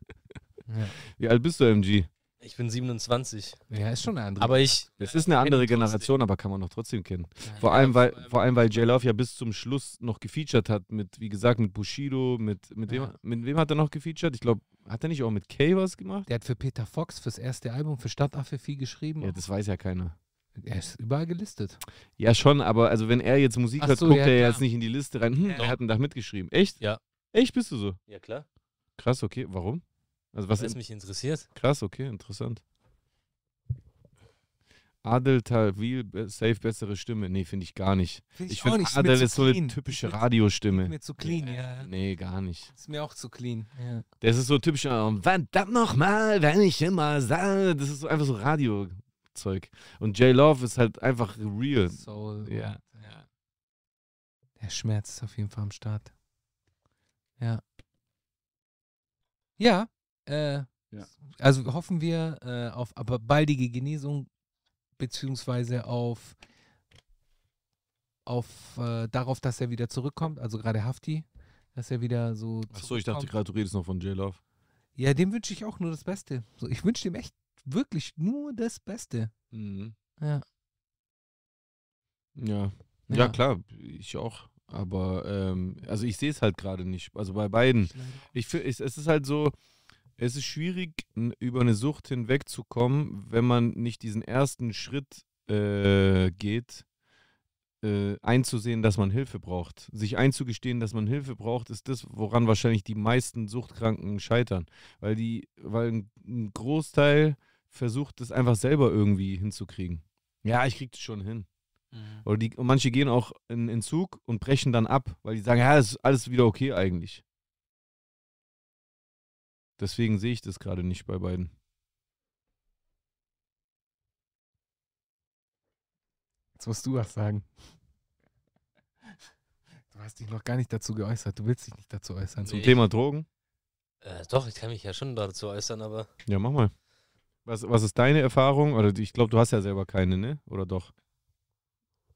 Ja. Wie alt bist du, MG? Ich bin 27. ja, ist schon eine andere. Aber ich. Es ist eine andere trotzdem. Generation, aber kann man noch trotzdem kennen. Ja. Vor allem, weil, vor allem, weil J. Love ja bis zum Schluss noch gefeatured hat mit, wie gesagt, mit Bushido, mit, mit, Ja. wem, mit wem hat er noch gefeatured? Ich glaube, hat er nicht auch mit Kay was gemacht? der hat für Peter Fox fürs erste Album für Stadtaffe viel geschrieben. Ja, das weiß ja keiner. er ist überall gelistet. Ja, schon, aber also wenn er jetzt Musik Ach hört, so, guckt ja, er ja klar. jetzt nicht in die Liste rein. Hm, Doch. er hat einen Tag mitgeschrieben. Echt? Ja. Echt, bist du so? Ja, klar. Krass, okay. Warum? Also was, Was ist mich interessiert? Krass, okay, interessant. Adel Talwil, be- safe bessere Stimme. Nee, finde ich gar nicht. Finde Ich, finde, Adel ist so eine typische Radiostimme. Mir zu clean, ja. Nee, gar nicht. Ist mir auch zu clean. Ja. Das ist so typisch, ähm, verdammt nochmal, wenn ich immer sage. Das ist so einfach so Radiozeug. Und J. Love ist halt einfach real. Soul. Ja. ja. Der Schmerz ist auf jeden Fall am Start. Ja. Ja. Äh, Ja. Also hoffen wir äh, auf aber baldige Genesung beziehungsweise auf auf äh, darauf, dass er wieder zurückkommt. Also gerade Hafti, dass er wieder so. Achso, ich dachte zurückkommt. gerade, du redest noch von J. Love. Ja, dem wünsche ich auch nur das Beste. So, ich wünsche dem echt wirklich nur das Beste. Mhm. Ja. Ja. ja. Ja. klar, ich auch. Aber, ähm, also ich sehe es halt gerade nicht. Also bei beiden. Ich finde, es es ist halt so, es ist schwierig, n- über eine Sucht hinwegzukommen, wenn man nicht diesen ersten Schritt äh, geht, äh, einzusehen, dass man Hilfe braucht. Sich einzugestehen, dass man Hilfe braucht, ist das, woran wahrscheinlich die meisten Suchtkranken scheitern. Weil, die, weil ein- ein Großteil versucht, das einfach selber irgendwie hinzukriegen. Ja, ich krieg das schon hin. Oder die, und manche gehen auch in Entzug und brechen dann ab, weil die sagen, ja, ist alles wieder okay eigentlich. Deswegen sehe ich das gerade nicht bei beiden. Jetzt musst du was sagen. Du hast dich noch gar nicht dazu geäußert. Du willst dich nicht dazu äußern. Zum Nee. Thema Drogen? Äh, doch, ich kann mich ja schon dazu äußern, aber Ja, mach mal. Was, was ist deine Erfahrung? Oder die- ich glaube, du hast ja selber keine, ne? Oder doch?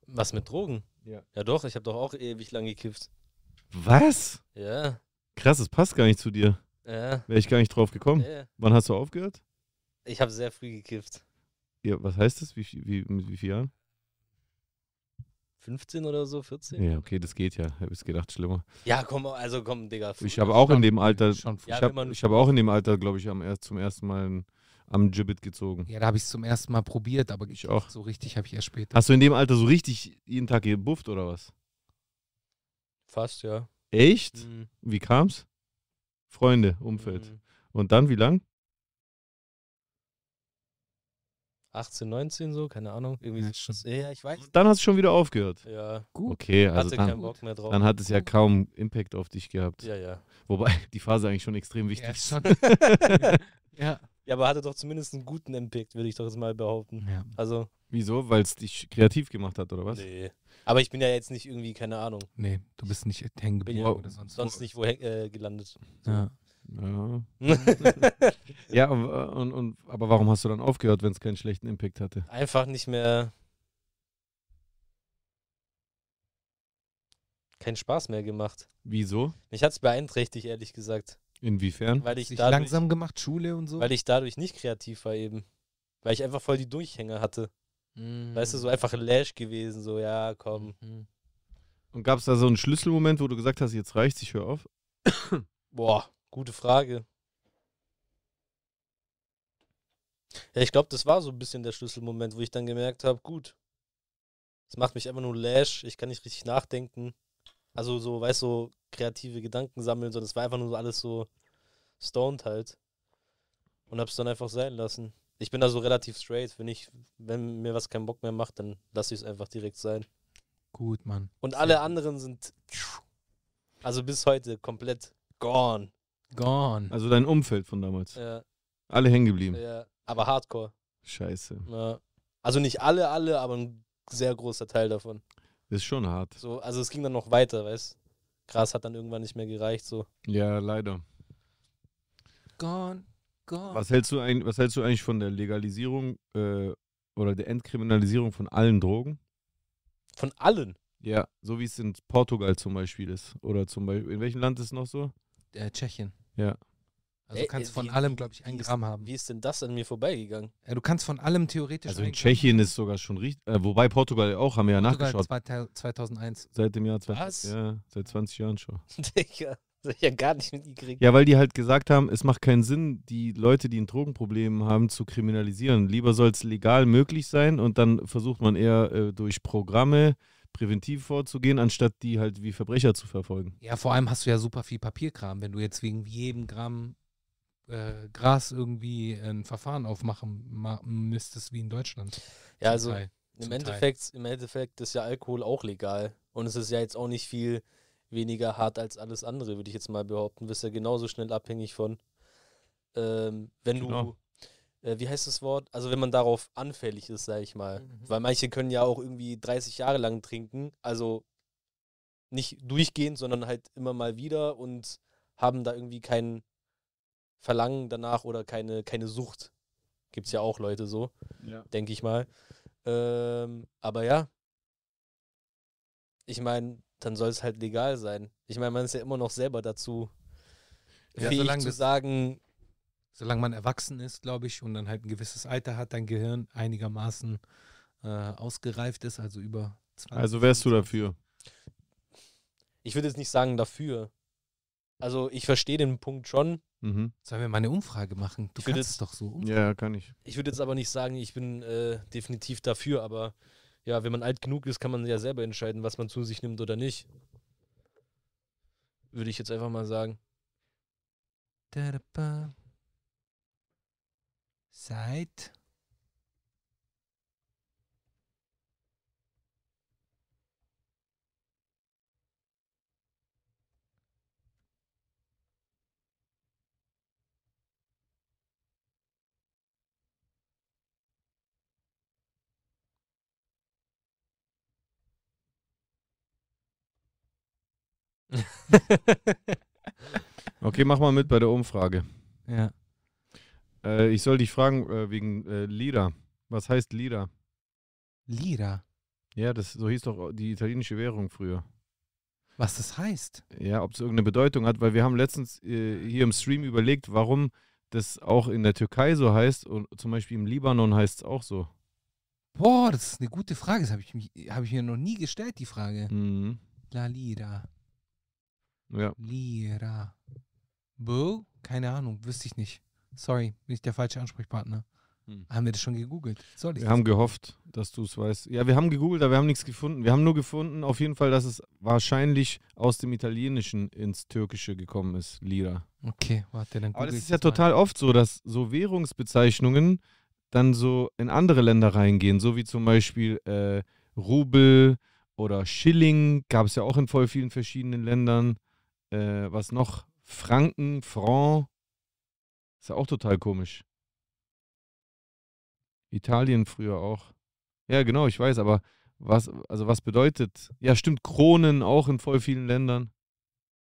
was mit Drogen? Ja. Ja, doch, ich habe doch auch ewig lang gekifft. Was? Ja, Krass, das passt gar nicht zu dir. ja. Wäre ich gar nicht drauf gekommen. ja. Wann hast du aufgehört? Ich habe sehr früh gekifft. Ja, was heißt das? Wie, viel- wie, mit wie vielen Jahren? 15 oder so, 14? Ja, okay, das geht ja. Ich habe es gedacht, schlimmer. Ja, komm, also komm, Digga. früh. Ich habe auch in dem Alter, Schon früh. ich Ja, wenn habe man- ich hab auch in dem Alter, glaube ich, am erst, zum ersten Mal ein- am Gibbet gezogen. Ja, da habe ich es zum ersten Mal probiert, aber Ich auch. so richtig habe ich erst später. Hast du in dem Alter so richtig jeden Tag gebufft oder was? Fast, ja. Echt? Mhm. Wie kam's? Freunde, Umfeld. Mhm. Und dann wie lang? 18, 19 so, keine Ahnung. Irgendwie Ja, so- schon. das- ja ich weiß. Dann hast du schon wieder aufgehört. Ja, Gut. Okay, also hatte keinen dann, Bock mehr drauf. dann hat es ja kaum Impact auf dich gehabt. ja, ja. Wobei die Phase eigentlich schon extrem wichtig Ja, ist. schon. ja. Ja, aber hatte doch zumindest einen guten Impact, würde ich doch jetzt mal behaupten. ja. Also, Wieso? Weil es dich kreativ gemacht hat, oder was? nee. Aber ich bin ja jetzt nicht irgendwie, keine Ahnung, Nee, du bist nicht hängen geblieben ja oder sonst, sonst nicht wo häng- äh, gelandet. was. Ja. Ja, ja und, und, und, aber warum hast du dann aufgehört, wenn es keinen schlechten Impact hatte? Einfach nicht mehr. Keinen Spaß mehr gemacht. Wieso? Mich hat es beeinträchtigt, ehrlich gesagt. Inwiefern? Weil ich, Sich dadurch, langsam gemacht, Schule und so. weil ich dadurch nicht kreativ war eben. Weil ich einfach voll die Durchhänger hatte. Weißt du, so einfach Lash gewesen, so, ja, komm. Mm. Mhm. Und gab es da so einen Schlüsselmoment, wo du gesagt hast, jetzt reicht's, ich höre auf? Boah, gute Frage. Ja, ich glaube, das war so ein bisschen der Schlüsselmoment, wo ich dann gemerkt habe, gut, das macht mich einfach nur lash, ich kann nicht richtig nachdenken. Also so, weißt du, so kreative Gedanken sammeln, sondern es war einfach nur so alles so stoned halt. Und hab's dann einfach sein lassen. Ich bin da so relativ straight, wenn ich, wenn mir was keinen Bock mehr macht, dann lasse ich es einfach direkt sein. Gut, Mann. Und Sehr alle gut. anderen sind, also bis heute komplett gone. Gone. Also dein Umfeld von damals. Mhm. Ja. Alle hängen geblieben. Ja, aber Hardcore. Scheiße. Ja. Also nicht alle, alle, aber ein sehr großer Teil davon. Das ist schon hart. So, also es ging dann noch weiter, weißt Gras hat dann irgendwann nicht mehr gereicht. So. Ja, leider. Gone. Ah. Gone. Was hältst du, ein, was hältst du eigentlich von der Legalisierung äh, oder der Entkriminalisierung von allen Drogen? Von allen. Ja, so wie es in Portugal zum Beispiel ist. Oder zum Beispiel, in welchem Land ist es noch so? Äh, Tschechien. Ja. Also Äh, du kannst äh, von wie- allem, glaube ich, wie ein ist- Gramm haben. Wie ist denn das an mir vorbeigegangen? Äh, du kannst von allem theoretisch Also in ein Gramm Tschechien haben. ist sogar schon richtig. Äh, wobei Portugal auch, haben wir ja ne? Portugal nachgeschaut. 2000 2001. Seit dem Jahr Was? 20. Ja, seit 20 Jahren schon. Digga, das hab ich ja gar nicht mitgekriegt. Ja, weil die halt gesagt haben, es macht keinen Sinn, die Leute, die ein Drogenproblem haben, zu kriminalisieren. Lieber soll es legal möglich sein und dann versucht man eher äh, durch Programme präventiv vorzugehen, anstatt die halt wie Verbrecher zu verfolgen. Ja, vor allem hast du ja super viel Papierkram, wenn du jetzt wegen jedem Gramm äh, Gras irgendwie ein Verfahren aufmachen ma müsstest, wie in Deutschland. Ja, Zum also Teil. im zum Teil. Endeffekt, im Endeffekt ist ja Alkohol auch legal. Und es ist ja jetzt auch nicht viel weniger hart als alles andere, würde ich jetzt mal behaupten. Du bist ja genauso schnell abhängig von, ähm, wenn Genau. du, äh, wie heißt das Wort? Also wenn man darauf anfällig ist, sage ich mal. Mhm. Weil manche können ja auch irgendwie 30 Jahre lang trinken. Also nicht durchgehend, sondern halt immer mal wieder und haben da irgendwie kein Verlangen danach oder keine, keine Sucht. Gibt es ja auch Leute so, denke ich mal. Ähm, aber ja, ich meine, dann soll es halt legal sein. Ich meine, man ist ja immer noch selber dazu Ja, fähig solange zu das- sagen, Solange man erwachsen ist, glaube ich, und dann halt ein gewisses Alter hat, dein Gehirn einigermaßen äh, ausgereift ist, also über 20. Also wärst du dafür. ich würde jetzt nicht sagen dafür. Also ich verstehe den Punkt schon. Mhm. Sollen wir mal eine Umfrage machen? Du Ich würde kannst jetzt- es doch so um. Ja, kann ich. Ich würde jetzt aber nicht sagen, ich bin äh, definitiv dafür, aber ja, wenn man alt genug ist, kann man ja selber entscheiden, was man zu sich nimmt oder nicht. Würde ich jetzt einfach mal sagen. Da-da-ba. Seit. Okay, mach mal mit bei der Umfrage. ja. Äh, ich soll dich fragen äh, wegen äh, Lira. Was heißt Lira? Lira. Ja, das so hieß doch die italienische Währung früher. Was das heißt? Ja, ob es irgendeine Bedeutung hat, weil wir haben letztens äh, hier im Stream überlegt, warum das auch in der Türkei so heißt und zum Beispiel im Libanon heißt es auch so. Boah, das ist eine gute Frage. Das habe ich, mich- hab ich mir noch nie gestellt, die Frage. Mhm. La Lira. Ja. Lira. Bo? Keine Ahnung, wüsste ich nicht. Sorry, bin ich der falsche Ansprechpartner. Hm. Haben wir das schon gegoogelt? Soll ich? Wir haben gehofft, dass du es weißt. Ja, wir haben gegoogelt, aber wir haben nichts gefunden. Wir haben nur gefunden, auf jeden Fall, dass es wahrscheinlich aus dem Italienischen ins Türkische gekommen ist, Lira. das? Okay, warte, dann Aber das google ich ist ja das mal. total oft so, dass so Währungsbezeichnungen dann so in andere Länder reingehen, so wie zum Beispiel äh, Rubel oder Schilling, gab es ja auch in voll vielen verschiedenen Ländern. Äh, was noch? Franken, Franc. Ist ja auch total komisch. Italien früher auch. Ja, genau, ich weiß, aber was, also was bedeutet? Ja, stimmt, Kronen auch in voll vielen Ländern.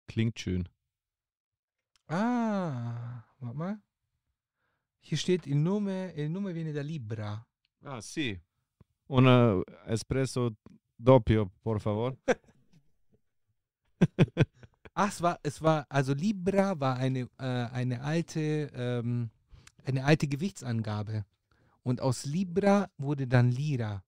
Klingt schön. Ah, warte mal. Hier steht il nome, il nome viene da Libra. Ah, sì. Un eh, espresso doppio, por favor. Ach, es war, es war, also Libra war eine, äh, eine alte, ähm, eine alte Gewichtsangabe. Und aus Libra wurde dann Lira.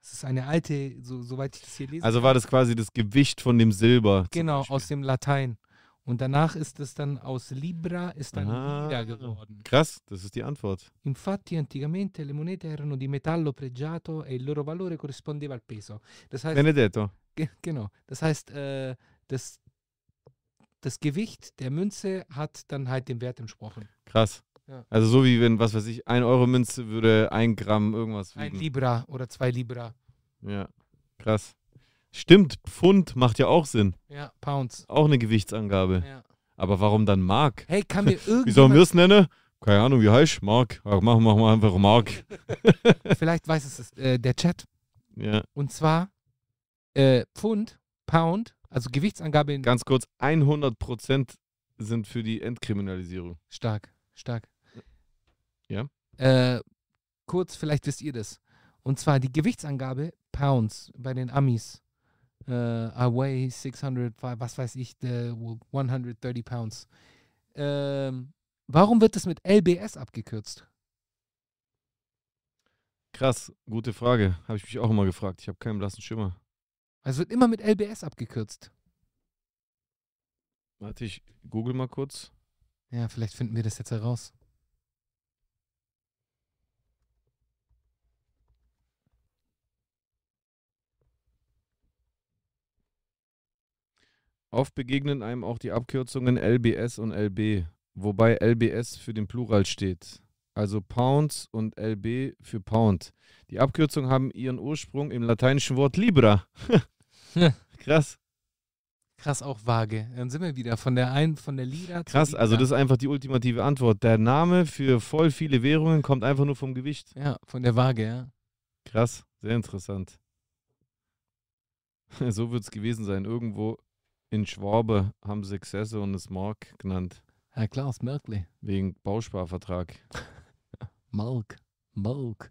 Das ist eine alte, so, soweit ich das hier lese. Also war das quasi das Gewicht von dem Silber. zum genau, Beispiel. aus dem Latein. Und danach ist es dann aus Libra, ist dann Ah. Lira geworden. Krass, das ist die Antwort. Infatti, anticamente le monete erano di metallo pregiato e il loro valore corrispondeva al peso. Das heißt, Benedetto. Ge- Genau. Das heißt, äh, das, das Gewicht der Münze hat dann halt den Wert entsprochen. Krass. Ja. Also so wie wenn, was weiß ich, 1 Euro Münze würde 1 Gramm irgendwas Ein wiegen. Libra oder zwei Libra. ja, krass. Stimmt, Pfund macht ja auch Sinn. Ja, Pounds. Auch eine Gewichtsangabe. Ja. Aber warum dann Mark? Hey, kann mir Wie sollen wir irgendjemand, es nennen? Keine Ahnung, wie heißt Mark? Ach, machen wir mal einfach Mark. vielleicht weiß es äh, der Chat, Ja, und zwar äh, Pfund, Pound, also Gewichtsangabe in ganz kurz, 100% sind für die Entkriminalisierung. Stark, stark. Ja. Äh, kurz, vielleicht wisst ihr das. Und zwar die Gewichtsangabe Pounds bei den Amis. Äh, I weigh 600, was weiß ich, the 130 Pounds. Ähm, warum wird das mit LBS abgekürzt? Krass, gute Frage. Habe ich mich auch immer gefragt. Ich habe keinen blassen Schimmer. Also wird immer mit LBS abgekürzt. Warte, ich google mal kurz. Ja, vielleicht finden wir das jetzt heraus. Oft begegnen einem auch die Abkürzungen LBS und LB, wobei LBS für den Plural steht. Also Pounds und LB für Pound. Die Abkürzungen haben ihren Ursprung im lateinischen Wort Libra. krass, Krass, auch vage. Dann sind wir wieder von der einen, von der Lira. zur krass. Also Libra. das ist einfach die ultimative Antwort. Der Name für voll viele Währungen kommt einfach nur vom Gewicht. Ja, von der Waage, ja. Krass, sehr interessant. so wird es gewesen sein. Irgendwo in Schwabe haben sie Xesse und das Mark genannt, Herr Klaus Merkley. wegen Bausparvertrag. Malk. Malk.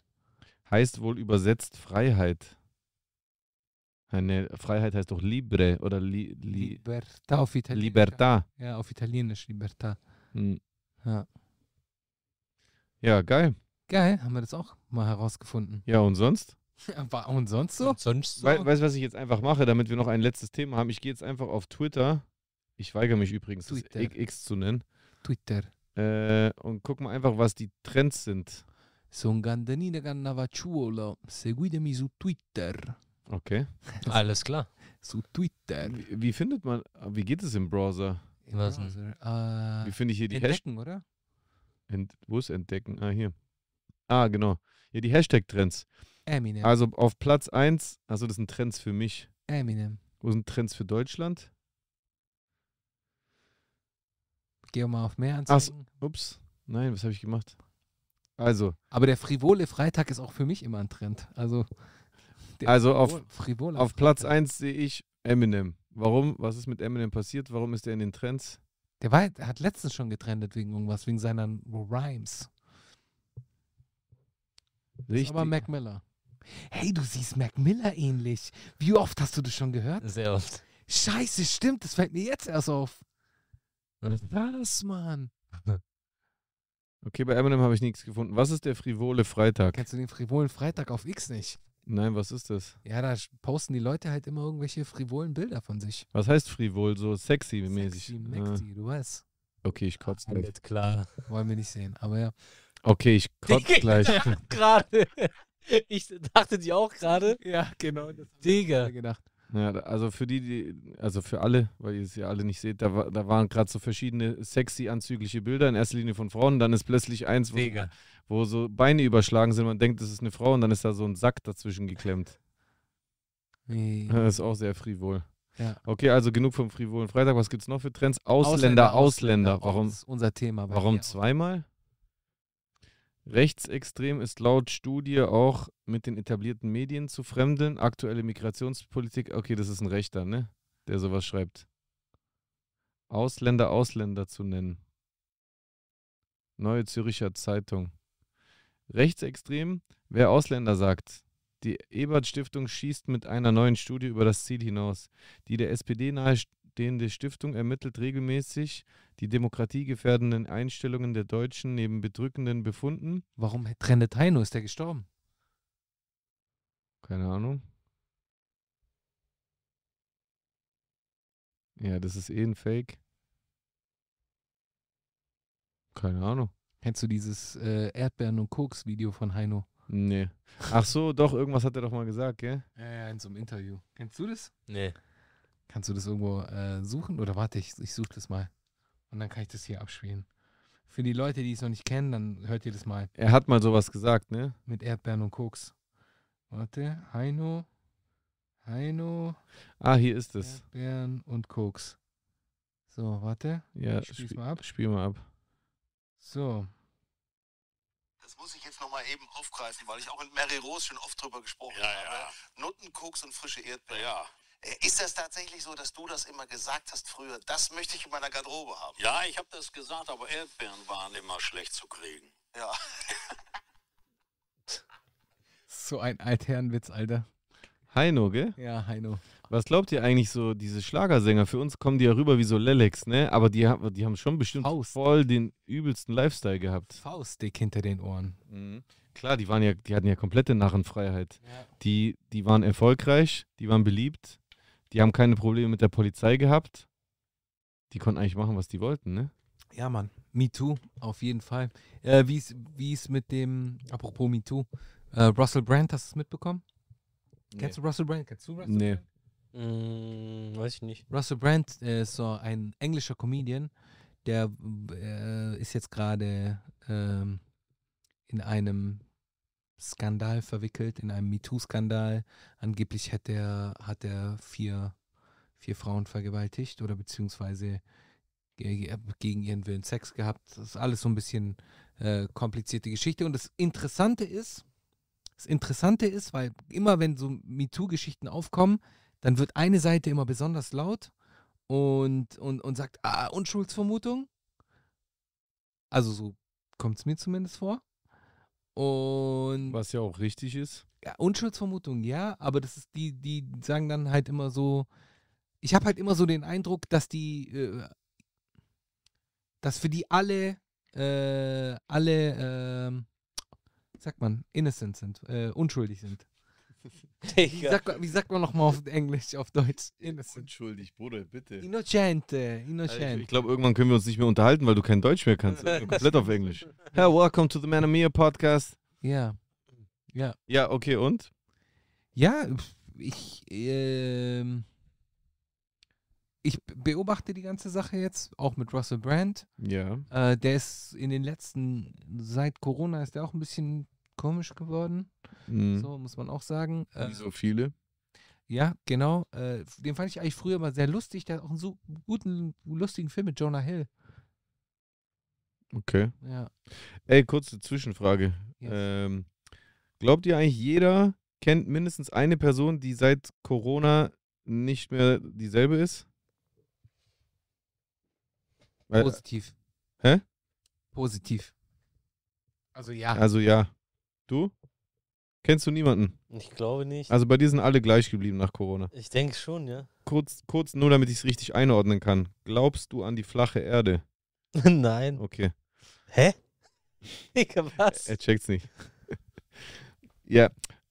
heißt wohl übersetzt Freiheit. Eine Freiheit heißt doch Libre oder li, li, Libertà auf Italienisch. Libertà. Ja, auf Italienisch, Libertà. Hm. Ja. ja, geil. Geil, haben wir das auch mal herausgefunden. Ja, und sonst? Wa- Und sonst so? Und sonst so? Wei- weißt du, was ich jetzt einfach mache, damit wir noch ein letztes Thema haben? Ich gehe jetzt einfach auf Twitter. Ich weigere mich übrigens, das Twitter. X zu nennen. Twitter. Äh, und guck mal einfach, was die Trends sind. Son Gandanina Gannavacciuolo. Seguitemi su Twitter. Okay. Alles klar. Su Twitter. Wie, wie findet man, ah, wie geht es im Browser? Immer so ein- Wie Äh, finde ich hier die Hashtags? entdecken, oder? Ent, wo ist entdecken? Ah, hier. Ah, genau. Ja, die Hashtag-Trends. Eminem. Also auf Platz 1, also das sind Trends für mich. Eminem. Wo sind Trends für Deutschland? Geh mal auf mehr Ach so. anzeigen. Ups, nein, was habe ich gemacht? Also, Aber der frivole Freitag ist auch für mich immer ein Trend. Also, der Also auf- frivole auf Platz 1 sehe ich Eminem. Warum? Was ist mit Eminem passiert? Warum ist er in den Trends? Der war, der hat letztens schon getrendet wegen irgendwas, wegen seiner Rhymes. Ist aber Mac Miller. Hey, du siehst Mac Miller ähnlich. Wie oft hast du das schon gehört? Sehr oft. Scheiße, stimmt, das fällt mir jetzt erst auf. Was, Mann? Okay, bei Eminem habe ich nichts gefunden. Was ist der frivole Freitag? Kennst du den frivolen Freitag auf X nicht? Nein, was ist das? Ja, da sch- posten die Leute halt immer irgendwelche frivolen Bilder von sich. Was heißt frivol? So sexy-mäßig. Sexy, ah, Maxi, du weißt. okay, ich kotze gleich. Alles klar. Wollen wir nicht sehen, aber ja. Okay, ich kotze gleich. Gerade. Ich dachte die auch gerade. Ja, genau. Das Digga. gedacht. Ja, da- also für die, die, also für alle, weil ihr es ja alle nicht seht, da, wa- da waren gerade so verschiedene sexy anzügliche Bilder, in erster Linie von Frauen, dann ist plötzlich eins, wo, Mega. wo so Beine überschlagen sind, man denkt, das ist eine Frau und dann ist da so ein Sack dazwischen geklemmt. Ja. Das ist auch sehr frivol. Ja. Okay, also genug vom frivolen Freitag. Was gibt's noch für Trends? Ausländer, Ausländer. Oh, Warum, Das ist unser Thema. bei warum mir. zweimal? Rechtsextrem ist laut Studie auch mit den etablierten Medien zu fremdeln. Aktuelle Migrationspolitik, okay, das ist ein Rechter, ne? Der sowas schreibt. Ausländer, Ausländer zu nennen. Neue Züricher Zeitung. Rechtsextrem, wer Ausländer sagt. Die Ebert-Stiftung schießt mit einer neuen Studie über das Ziel hinaus. Die der SPD nahestehende Stiftung ermittelt regelmäßig die demokratiegefährdenden Einstellungen der Deutschen neben bedrückenden Befunden. Warum trendet Heino? Ist der gestorben? Keine Ahnung. Ja, das ist eh ein Fake. Keine Ahnung. Kennst du dieses äh, Erdbeeren- und Koks-Video von Heino? Nee. Ach so, doch, irgendwas hat er doch mal gesagt, gell? Ja, ja, in so einem Interview. Kennst du das? Nee. Kannst du das irgendwo äh, suchen? Oder warte, ich, ich suche das mal. Und dann kann ich das hier abspielen. Für die Leute, die es noch nicht kennen, dann hört ihr das mal Er hat mal sowas gesagt, ne? mit Erdbeeren und Koks. Warte, Heino, Heino, Ah, hier ist es. Erdbeeren und Koks. So, warte. Ja, Ich spiel's spiel- mal ab. Spiel mal ab. So. Das muss ich jetzt nochmal eben aufgreifen, weil ich auch mit Mary Rose schon oft drüber gesprochen habe. Nuttenkoks und frische Erdbeeren. Äh, Ist das tatsächlich so, dass du das immer gesagt hast früher? Das möchte ich in meiner Garderobe haben. Ja, ich habe das gesagt, aber Erdbeeren waren immer schlecht zu kriegen. Ja. So ein Altherrenwitz, Alter. Heino, gell? Ja, Heino. Was glaubt ihr eigentlich so, diese Schlagersänger? Für uns kommen die ja rüber wie so Lelex, ne? Aber die, haben- die haben schon bestimmt Faust. voll den übelsten Lifestyle gehabt. Faustdick hinter den Ohren. Mhm. Klar, die waren ja, die hatten ja komplette Narrenfreiheit. Ja. Die, die waren erfolgreich, die waren beliebt, die haben keine Probleme mit der Polizei gehabt. Die konnten eigentlich machen, was die wollten, ne? Ja, Mann. MeToo, auf jeden Fall. Äh, wie ist- wie es mit dem, apropos MeToo, äh, Russell Brand, hast du es mitbekommen? Kennst du Russell Brand? Kennst du Russell Nee. Brand? Mm, weiß ich nicht. Russell Brand äh, ist so ein englischer Comedian, der äh, ist jetzt gerade ähm, in einem Skandal verwickelt, in einem MeToo-Skandal. Angeblich hat er, hat er vier, vier Frauen vergewaltigt oder beziehungsweise ge- gegen ihren Willen Sex gehabt. Das ist alles so ein bisschen äh, komplizierte Geschichte. Und das Interessante ist, das Interessante ist, weil immer wenn so MeToo-Geschichten aufkommen, dann wird eine Seite immer besonders laut und, und, und sagt, ah, Unschuldsvermutung. Also so kommt es mir zumindest vor. Und Was ja auch richtig ist. ja, Unschuldsvermutung, ja, aber das ist die, die sagen dann halt immer so, ich habe halt immer so den Eindruck, dass die, äh, dass für die alle, äh, alle, ähm, sagt man, innocent sind, äh, unschuldig sind. Wie Digga. sagt, man- wie sagt man nochmal auf Englisch, auf Deutsch? Innocent. Unschuldig, Bruder, bitte. Innocente, Ich, ich innocent. glaube, irgendwann können wir uns nicht mehr unterhalten, weil du kein Deutsch mehr kannst. Also komplett auf Englisch. Hey, welcome to the Man Mia Podcast. Ja. Ja, okay, und? Ja, pf, ich, ähm, ich beobachte die ganze Sache jetzt, auch mit Russell Brand. Ja. Äh, der ist in den letzten, seit Corona ist der auch ein bisschen komisch geworden. Mhm. So muss man auch sagen. Äh, Wie so viele. Ja, genau. Äh, f- den fand ich eigentlich früher mal sehr lustig. Der hat auch einen so guten, lustigen Film mit Jonah Hill. Okay. Ja. Ey, kurze Zwischenfrage. Yes. Ähm, glaubt ihr eigentlich, jeder kennt mindestens eine Person, die seit Corona nicht mehr dieselbe ist? Weil, Positiv. äh, hä? Positiv. Also ja. also ja. Du? Kennst du niemanden? Ich glaube nicht. Also bei dir sind alle gleich geblieben nach Corona. Ich denke schon, ja. Kurz, kurz nur, damit ich es richtig einordnen kann. Glaubst du an die flache Erde? Nein. Okay, Hä? Digga, was? er checkt's nicht. ja,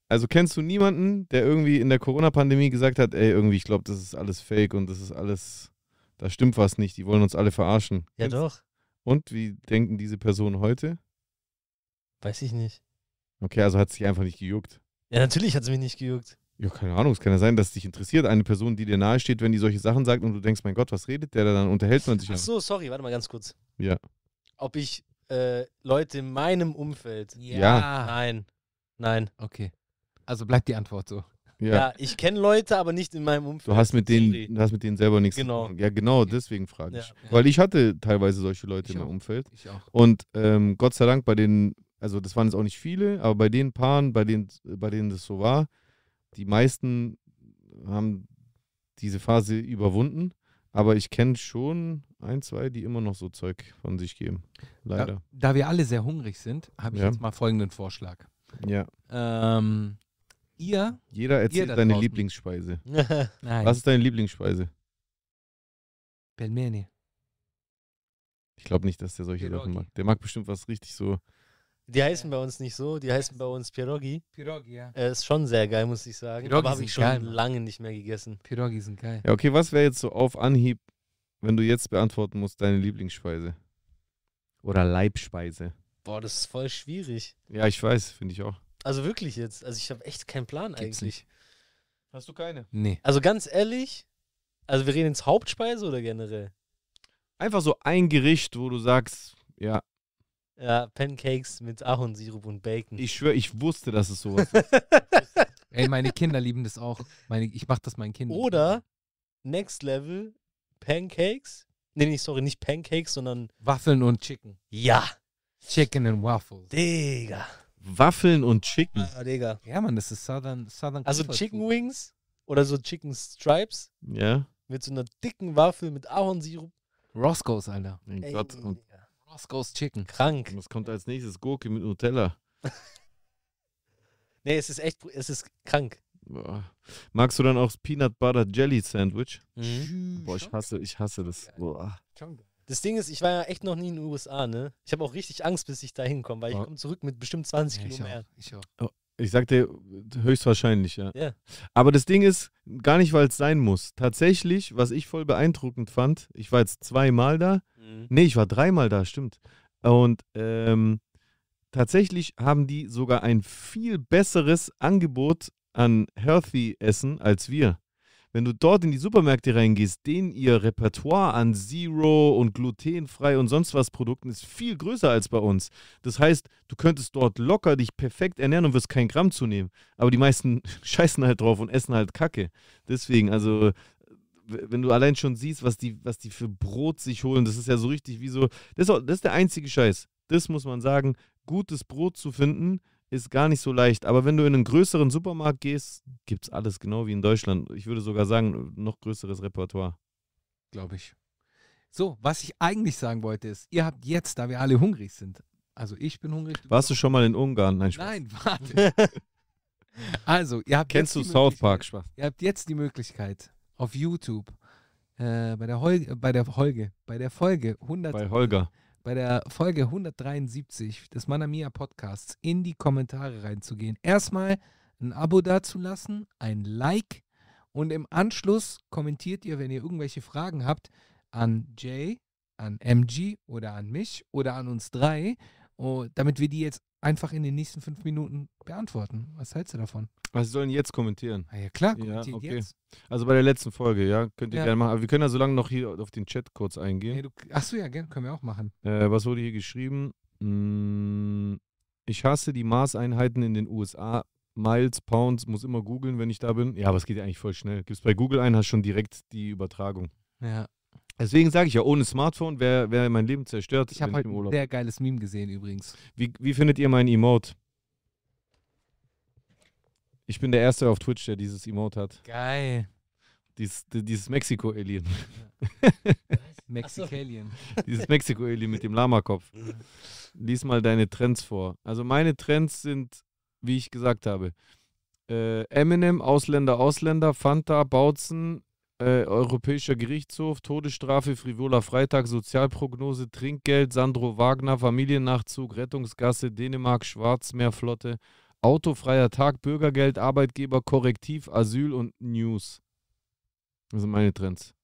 also kennst du niemanden, der irgendwie in der Corona-Pandemie gesagt hat, ey, irgendwie, ich glaube, das ist alles fake und das ist alles, da stimmt was nicht, die wollen uns alle verarschen. Ja, Kennst- doch. Und wie denken diese Personen heute? Weiß ich nicht. Okay, also hat sich einfach nicht gejuckt. Ja, natürlich hat es mich nicht gejuckt. Ja, keine Ahnung, es kann ja sein, dass es dich interessiert, eine Person, die dir nahesteht, wenn die solche Sachen sagt und du denkst, mein Gott, was redet der da, dann unterhält man sich Ach so, sorry, warte mal ganz kurz. Ja. Ob ich äh, Leute in meinem Umfeld. Ja. Nein. Nein. Okay. Also bleibt die Antwort so. Ja. Ja, ich kenne Leute, aber nicht in meinem Umfeld. Du hast mit Sorry. denen, du hast mit denen selber nichts Genau. zu tun. Ja, genau, deswegen frage Ja. ich. Weil ich hatte teilweise solche Leute Ich in meinem auch. Umfeld. Ich auch. Und ähm, Gott sei Dank bei den, also das waren jetzt auch nicht viele, aber bei den Paaren, bei denen, bei denen das so war, die meisten haben diese Phase überwunden. Aber ich kenne schon ein, zwei, die immer noch so Zeug von sich geben. Da, Leider. da wir alle sehr hungrig sind, habe ich Ja. jetzt mal folgenden Vorschlag. Ja. Ähm, ihr? Jeder erzählt da seine draußen. Lieblingsspeise. Nein. Was ist deine Lieblingsspeise? Pelmeni. Ich glaube nicht, dass der solche Pierogi. Sachen mag. Der mag bestimmt was richtig so. die heißen bei uns nicht so, die heißen bei uns Pierogi. Pirogi, ja. Äh, ist schon sehr geil, muss ich sagen. Pierogi aber habe sind ich schon geil, Mann. lange nicht mehr gegessen. Pirogi sind geil. Ja, okay, was wäre jetzt so auf Anhieb, wenn du jetzt beantworten musst, deine Lieblingsspeise? Oder Leibspeise? Boah, das ist voll schwierig. Ja, ich weiß, finde ich auch. Also wirklich jetzt. Also ich habe echt keinen Plan Gibt's eigentlich. Hast du keine? Nee. Also ganz ehrlich, also wir reden jetzt Hauptspeise oder generell? Einfach so ein Gericht, wo du sagst, ja, Ja, Pancakes mit Ahornsirup und Bacon. ich schwöre, ich wusste, dass es sowas ist. Ey, meine Kinder lieben das auch. Meine, ich mache das meinen Kindern. Oder Next Level Pancakes. Nee, nee, sorry, nicht Pancakes, sondern Waffeln und Chicken. ja, Chicken and Waffles. Digga. Waffeln und Hm. Chicken. Ah, Digga. Ja, Mann, das ist Southern, Southern Also Comfort Chicken Food. Wings oder so Chicken Stripes Ja. mit so einer dicken Waffel mit Ahornsirup. Roscoe's, Alter. Mein Ey, Gott. Und Digga. Roscoe's Chicken. krank. was kommt als nächstes? Gurke mit Nutella. Nee, es ist echt, es ist krank. Boah. Magst du dann auch das Peanut Butter Jelly Sandwich? Boah, ich Schon- hasse, ich hasse das. Boah. schon geil. Das Ding ist, ich war ja echt noch nie in den USA, ne? Ich habe auch richtig Angst, bis ich da hinkomme, weil ich Ja. komme zurück mit bestimmt Ja, 20 Kilo ich auch. mehr. Ich auch. Ich sagte höchstwahrscheinlich, ja. Ja. Aber das Ding ist, gar nicht, weil es sein muss. Tatsächlich, was ich voll beeindruckend fand, ich war jetzt zweimal da. Mhm. Nee, ich war dreimal da, stimmt. Und ähm, tatsächlich haben die sogar ein viel besseres Angebot an Healthy Essen als wir. Wenn du dort in die Supermärkte reingehst, denen ihr Repertoire an Zero und glutenfrei und sonst was Produkten ist viel größer als bei uns. Das heißt, du könntest dort locker dich perfekt ernähren und wirst kein Gramm zunehmen. Aber die meisten scheißen halt drauf und essen halt Kacke. Deswegen, also w- wenn du allein schon siehst, was die, was die für Brot sich holen, das ist ja so richtig wie so. Das ist, auch, das ist der einzige Scheiß. Das muss man sagen. Gutes Brot zu finden ist gar nicht so leicht. Aber wenn du in einen größeren Supermarkt gehst, gibt's alles genau wie in Deutschland. Ich würde sogar sagen, noch größeres Repertoire. glaube ich. So, was ich eigentlich sagen wollte ist, ihr habt jetzt, da wir alle hungrig sind, also ich bin hungrig. Warst du schon mal in Ungarn? Nein, Spaß. Nein, warte. also, ihr habt Kennst du jetzt die South Möglichkeit- Park? Spaß. Ihr habt jetzt die Möglichkeit, auf YouTube äh, bei der Hol äh, bei der Folge, bei der Folge 100 Bei Holger. bei der Folge 173 des Manamia Podcasts in die Kommentare reinzugehen. Erstmal ein Abo dazulassen, ein Like und im Anschluss kommentiert ihr, wenn ihr irgendwelche Fragen habt, an Jay, an MG oder an mich oder an uns drei, oh, damit wir die jetzt einfach in den nächsten fünf Minuten beantworten. Was hältst du davon? Was sollen jetzt kommentieren? Na ja, klar, Ja, kommentiert okay. jetzt. Also bei der letzten Folge, ja, könnt ihr Ja. gerne machen. Aber wir können ja so lange noch hier auf den Chat kurz eingehen. Hey, du, achso, ja, gerne, können wir auch machen. Äh, was wurde hier geschrieben? Mm, ich hasse die Maßeinheiten in den USA. Miles, Pounds, muss immer googeln, wenn ich da bin. Ja, aber es geht ja eigentlich voll schnell. Gibst bei Google ein, hast schon direkt die Übertragung. Ja. Deswegen sage ich ja, ohne Smartphone wäre wär mein Leben zerstört. Ich habe wenn halt im ein Urlaub. sehr geiles Meme gesehen übrigens. Wie, wie findet ihr mein Emote? Ich bin der Erste auf Twitch, der dieses Emote hat. Geil. Dies, di- dieses Mexiko-Alien. Mexicalien. Dieses Mexiko-Eli mit dem Lamakopf. Lies mal deine Trends vor. Also meine Trends sind, wie ich gesagt habe, äh, Eminem, Ausländer, Ausländer, Fanta, Bautzen, äh, Europäischer Gerichtshof, Todesstrafe, Frivola Freitag, Sozialprognose, Trinkgeld, Sandro Wagner, Familiennachzug, Rettungsgasse, Dänemark, Schwarzmeerflotte, Autofreier Tag, Bürgergeld, Arbeitgeber, Korrektiv, Asyl und News. Das sind meine Trends.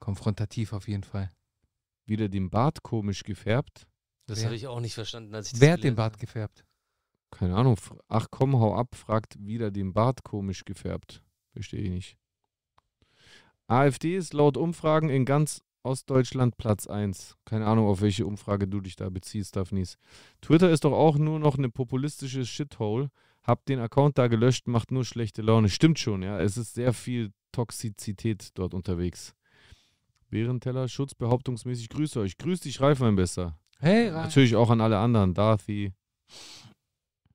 Konfrontativ auf jeden Fall. Wieder den Bart komisch gefärbt. Das Wer- habe ich auch nicht verstanden, als ich das Wer hat den gelesen Bart habe. gefärbt? Keine Ahnung. fr- Ach komm, hau ab, fragt wieder den Bart komisch gefärbt. Verstehe ich nicht. AfD ist laut Umfragen in ganz Ostdeutschland Platz 1. Keine Ahnung, auf welche Umfrage du dich da beziehst, Daphnis. Twitter ist doch auch nur noch eine populistische Shithole. Hab den Account da gelöscht, macht nur schlechte Laune. Stimmt schon, ja. Es ist sehr viel Toxizität dort unterwegs. Bärenteller, Schutz, behauptungsmäßig grüße euch. Grüß dich, Ralf, mein Besser. Hey, Ra- Natürlich auch an alle anderen. Darthy.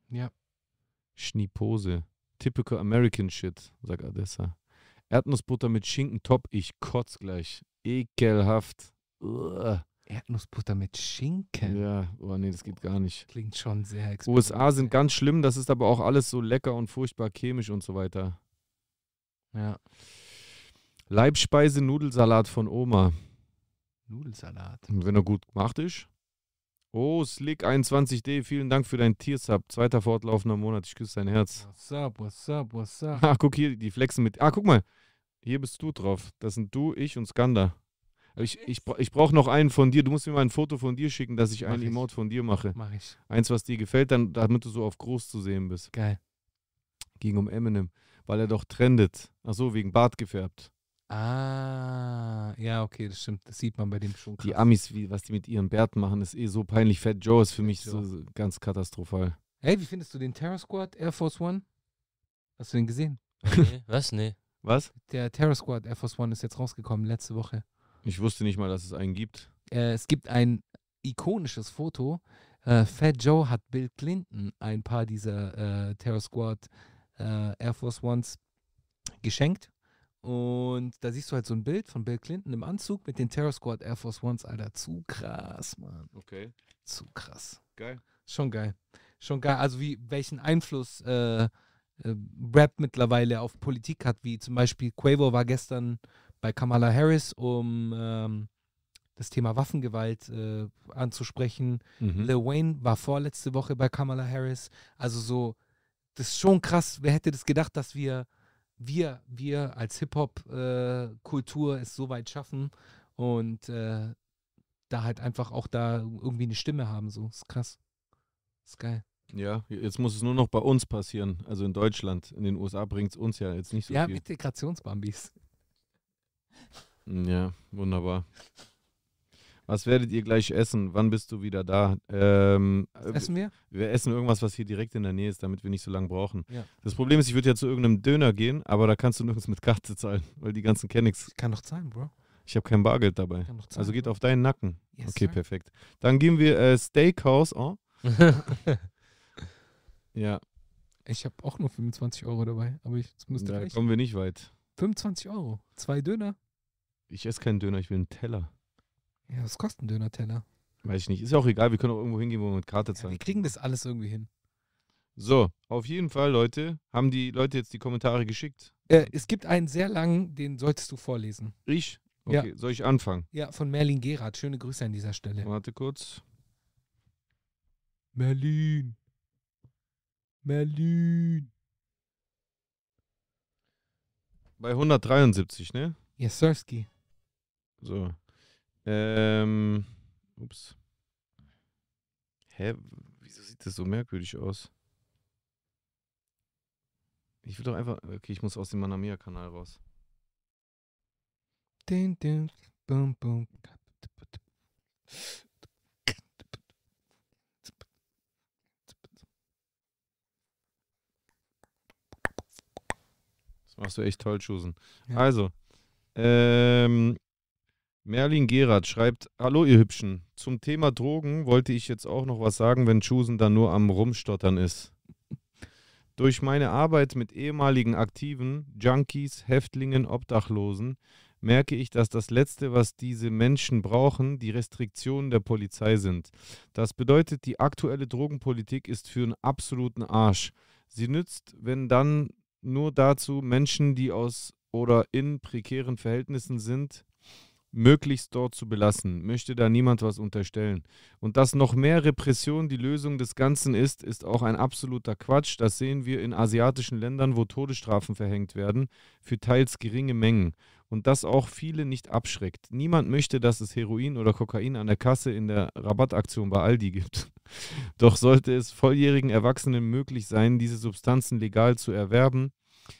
Ja. Schnipose. Typical American Shit, sagt Adessa. Erdnussbutter mit Schinken top, ich kotz gleich. Ekelhaft. Uah. Erdnussbutter mit Schinken. Ja, oh nee, das geht gar nicht. Klingt schon sehr USA sind experimentell. ganz schlimm, das ist aber auch alles so lecker und furchtbar chemisch und so weiter. Ja. Leibspeise Nudelsalat von Oma, Nudelsalat. wenn er gut gemacht ist. Oh, Slick21D, vielen Dank für deinen Tiersub. Zweiter fortlaufender Monat, ich küsse dein Herz. What's up, what's up, what's up? Ah, guck hier, die flexen mit. Ah, guck mal. Hier bist du drauf. Das sind du, ich und Skanda. Aber Ich, ich, bra- ich brauche noch einen von dir. Du musst mir mal ein Foto von dir schicken, dass ich Mach ein ich. Emote von dir mache. Mach ich. Eins, was dir gefällt, dann, damit du so auf groß zu sehen bist. Geil. Ging um Eminem, weil er doch trendet. Ach so, wegen Bart gefärbt. Ah, ja, okay, das stimmt. Das sieht man bei dem schon krass. Die Amis, wie, was die mit ihren Bärten machen, ist eh so peinlich. Fat Joe ist für mich Joe. so so ganz katastrophal. Hey, wie findest du den Terror Squad Air Force One? Hast du den gesehen? Nee, was? Nee. Was? Der Terror Squad Air Force One ist jetzt rausgekommen letzte Woche. Ich wusste nicht mal, dass es einen gibt. Äh, es gibt ein ikonisches Foto. Äh, Fat Joe hat Bill Clinton ein paar dieser äh, Terror Squad äh, Air Force Ones geschenkt. Und da siehst du halt so ein Bild von Bill Clinton im Anzug mit den Terror Squad Air Force Ones. Alter, zu krass, Mann. Okay, Zu krass. geil. Schon geil. Schon geil. Also wie welchen Einfluss äh, äh, Rap mittlerweile auf Politik hat, wie zum Beispiel Quavo war gestern bei Kamala Harris, um ähm, das Thema Waffengewalt äh, anzusprechen. Mhm. Lil Wayne war vorletzte Woche bei Kamala Harris. Also so, das ist schon krass. Wer hätte das gedacht, dass wir, wir, wir als Hip-Hop-Kultur es so weit schaffen und äh, da halt einfach auch da irgendwie eine Stimme haben. So, ist krass. Ist geil. Ja, jetzt muss es nur noch bei uns passieren. Also in Deutschland. In den USA bringt es uns ja jetzt nicht so ja, viel. Integrationsbambis. Mm, Ja, wunderbar. Was werdet ihr gleich essen? Wann bist du wieder da? Ähm, äh, Essen wir? Wir essen irgendwas, was hier direkt in der Nähe ist, damit wir nicht so lange brauchen. Ja. Das Problem ist, ich würde ja zu irgendeinem Döner gehen, aber da kannst du nirgends mit Karte zahlen, weil die ganzen kenne ich. Ich kann doch zahlen, Bro. Ich habe kein Bargeld dabei. Ich kann doch zahlen. Also geht auf deinen Nacken. Yes, okay, sir. perfekt. Dann gehen wir äh, Steakhouse. Oh? Ja, Ich habe auch nur 25 Euro dabei, aber ich das müsste da reichen. kommen wir nicht weit. 25 Euro. Zwei Döner. Ich esse keinen Döner, ich will einen Teller. Ja, was kostet ein Döner-Teller? Weiß ich nicht. Ist ja auch egal, wir können auch irgendwo hingehen, wo wir mit Karte Ja, zahlen. wir kriegen das alles irgendwie hin. So, auf jeden Fall, Leute, haben die Leute jetzt die Kommentare geschickt? Äh, es gibt einen sehr langen, den solltest du vorlesen. Ich? Ja. Okay, soll ich anfangen? Ja, von Merlin Gerard. Schöne Grüße an dieser Stelle. Warte kurz. Merlin. Merlin. Bei 173, ne? Yes, Sirski. So. Ähm. Ups. Hä? Wieso sieht das so merkwürdig aus? Ich will doch einfach. Okay, ich muss aus dem Manamia-Kanal raus. Din, din, bum, bum. Das machst du echt toll, Schusen. Ja. Also. Ähm. Merlin Gerard schreibt, hallo ihr Hübschen, zum Thema Drogen wollte ich jetzt auch noch was sagen, wenn Schusen dann nur am Rumstottern ist. Durch meine Arbeit mit ehemaligen Aktiven, Junkies, Häftlingen, Obdachlosen merke ich, dass das Letzte, was diese Menschen brauchen, die Restriktionen der Polizei sind. Das bedeutet, die aktuelle Drogenpolitik ist für einen absoluten Arsch. Sie nützt, wenn dann nur dazu, Menschen, die aus oder in prekären Verhältnissen sind, möglichst dort zu belassen. Möchte da niemand was unterstellen. Und dass noch mehr Repression die Lösung des Ganzen ist, ist auch ein absoluter Quatsch. Das sehen wir in asiatischen Ländern, wo Todesstrafen verhängt werden, für teils geringe Mengen. Und das auch viele nicht abschreckt. Niemand möchte, dass es Heroin oder Kokain an der Kasse in der Rabattaktion bei Aldi gibt. Doch sollte es volljährigen Erwachsenen möglich sein, diese Substanzen legal zu erwerben,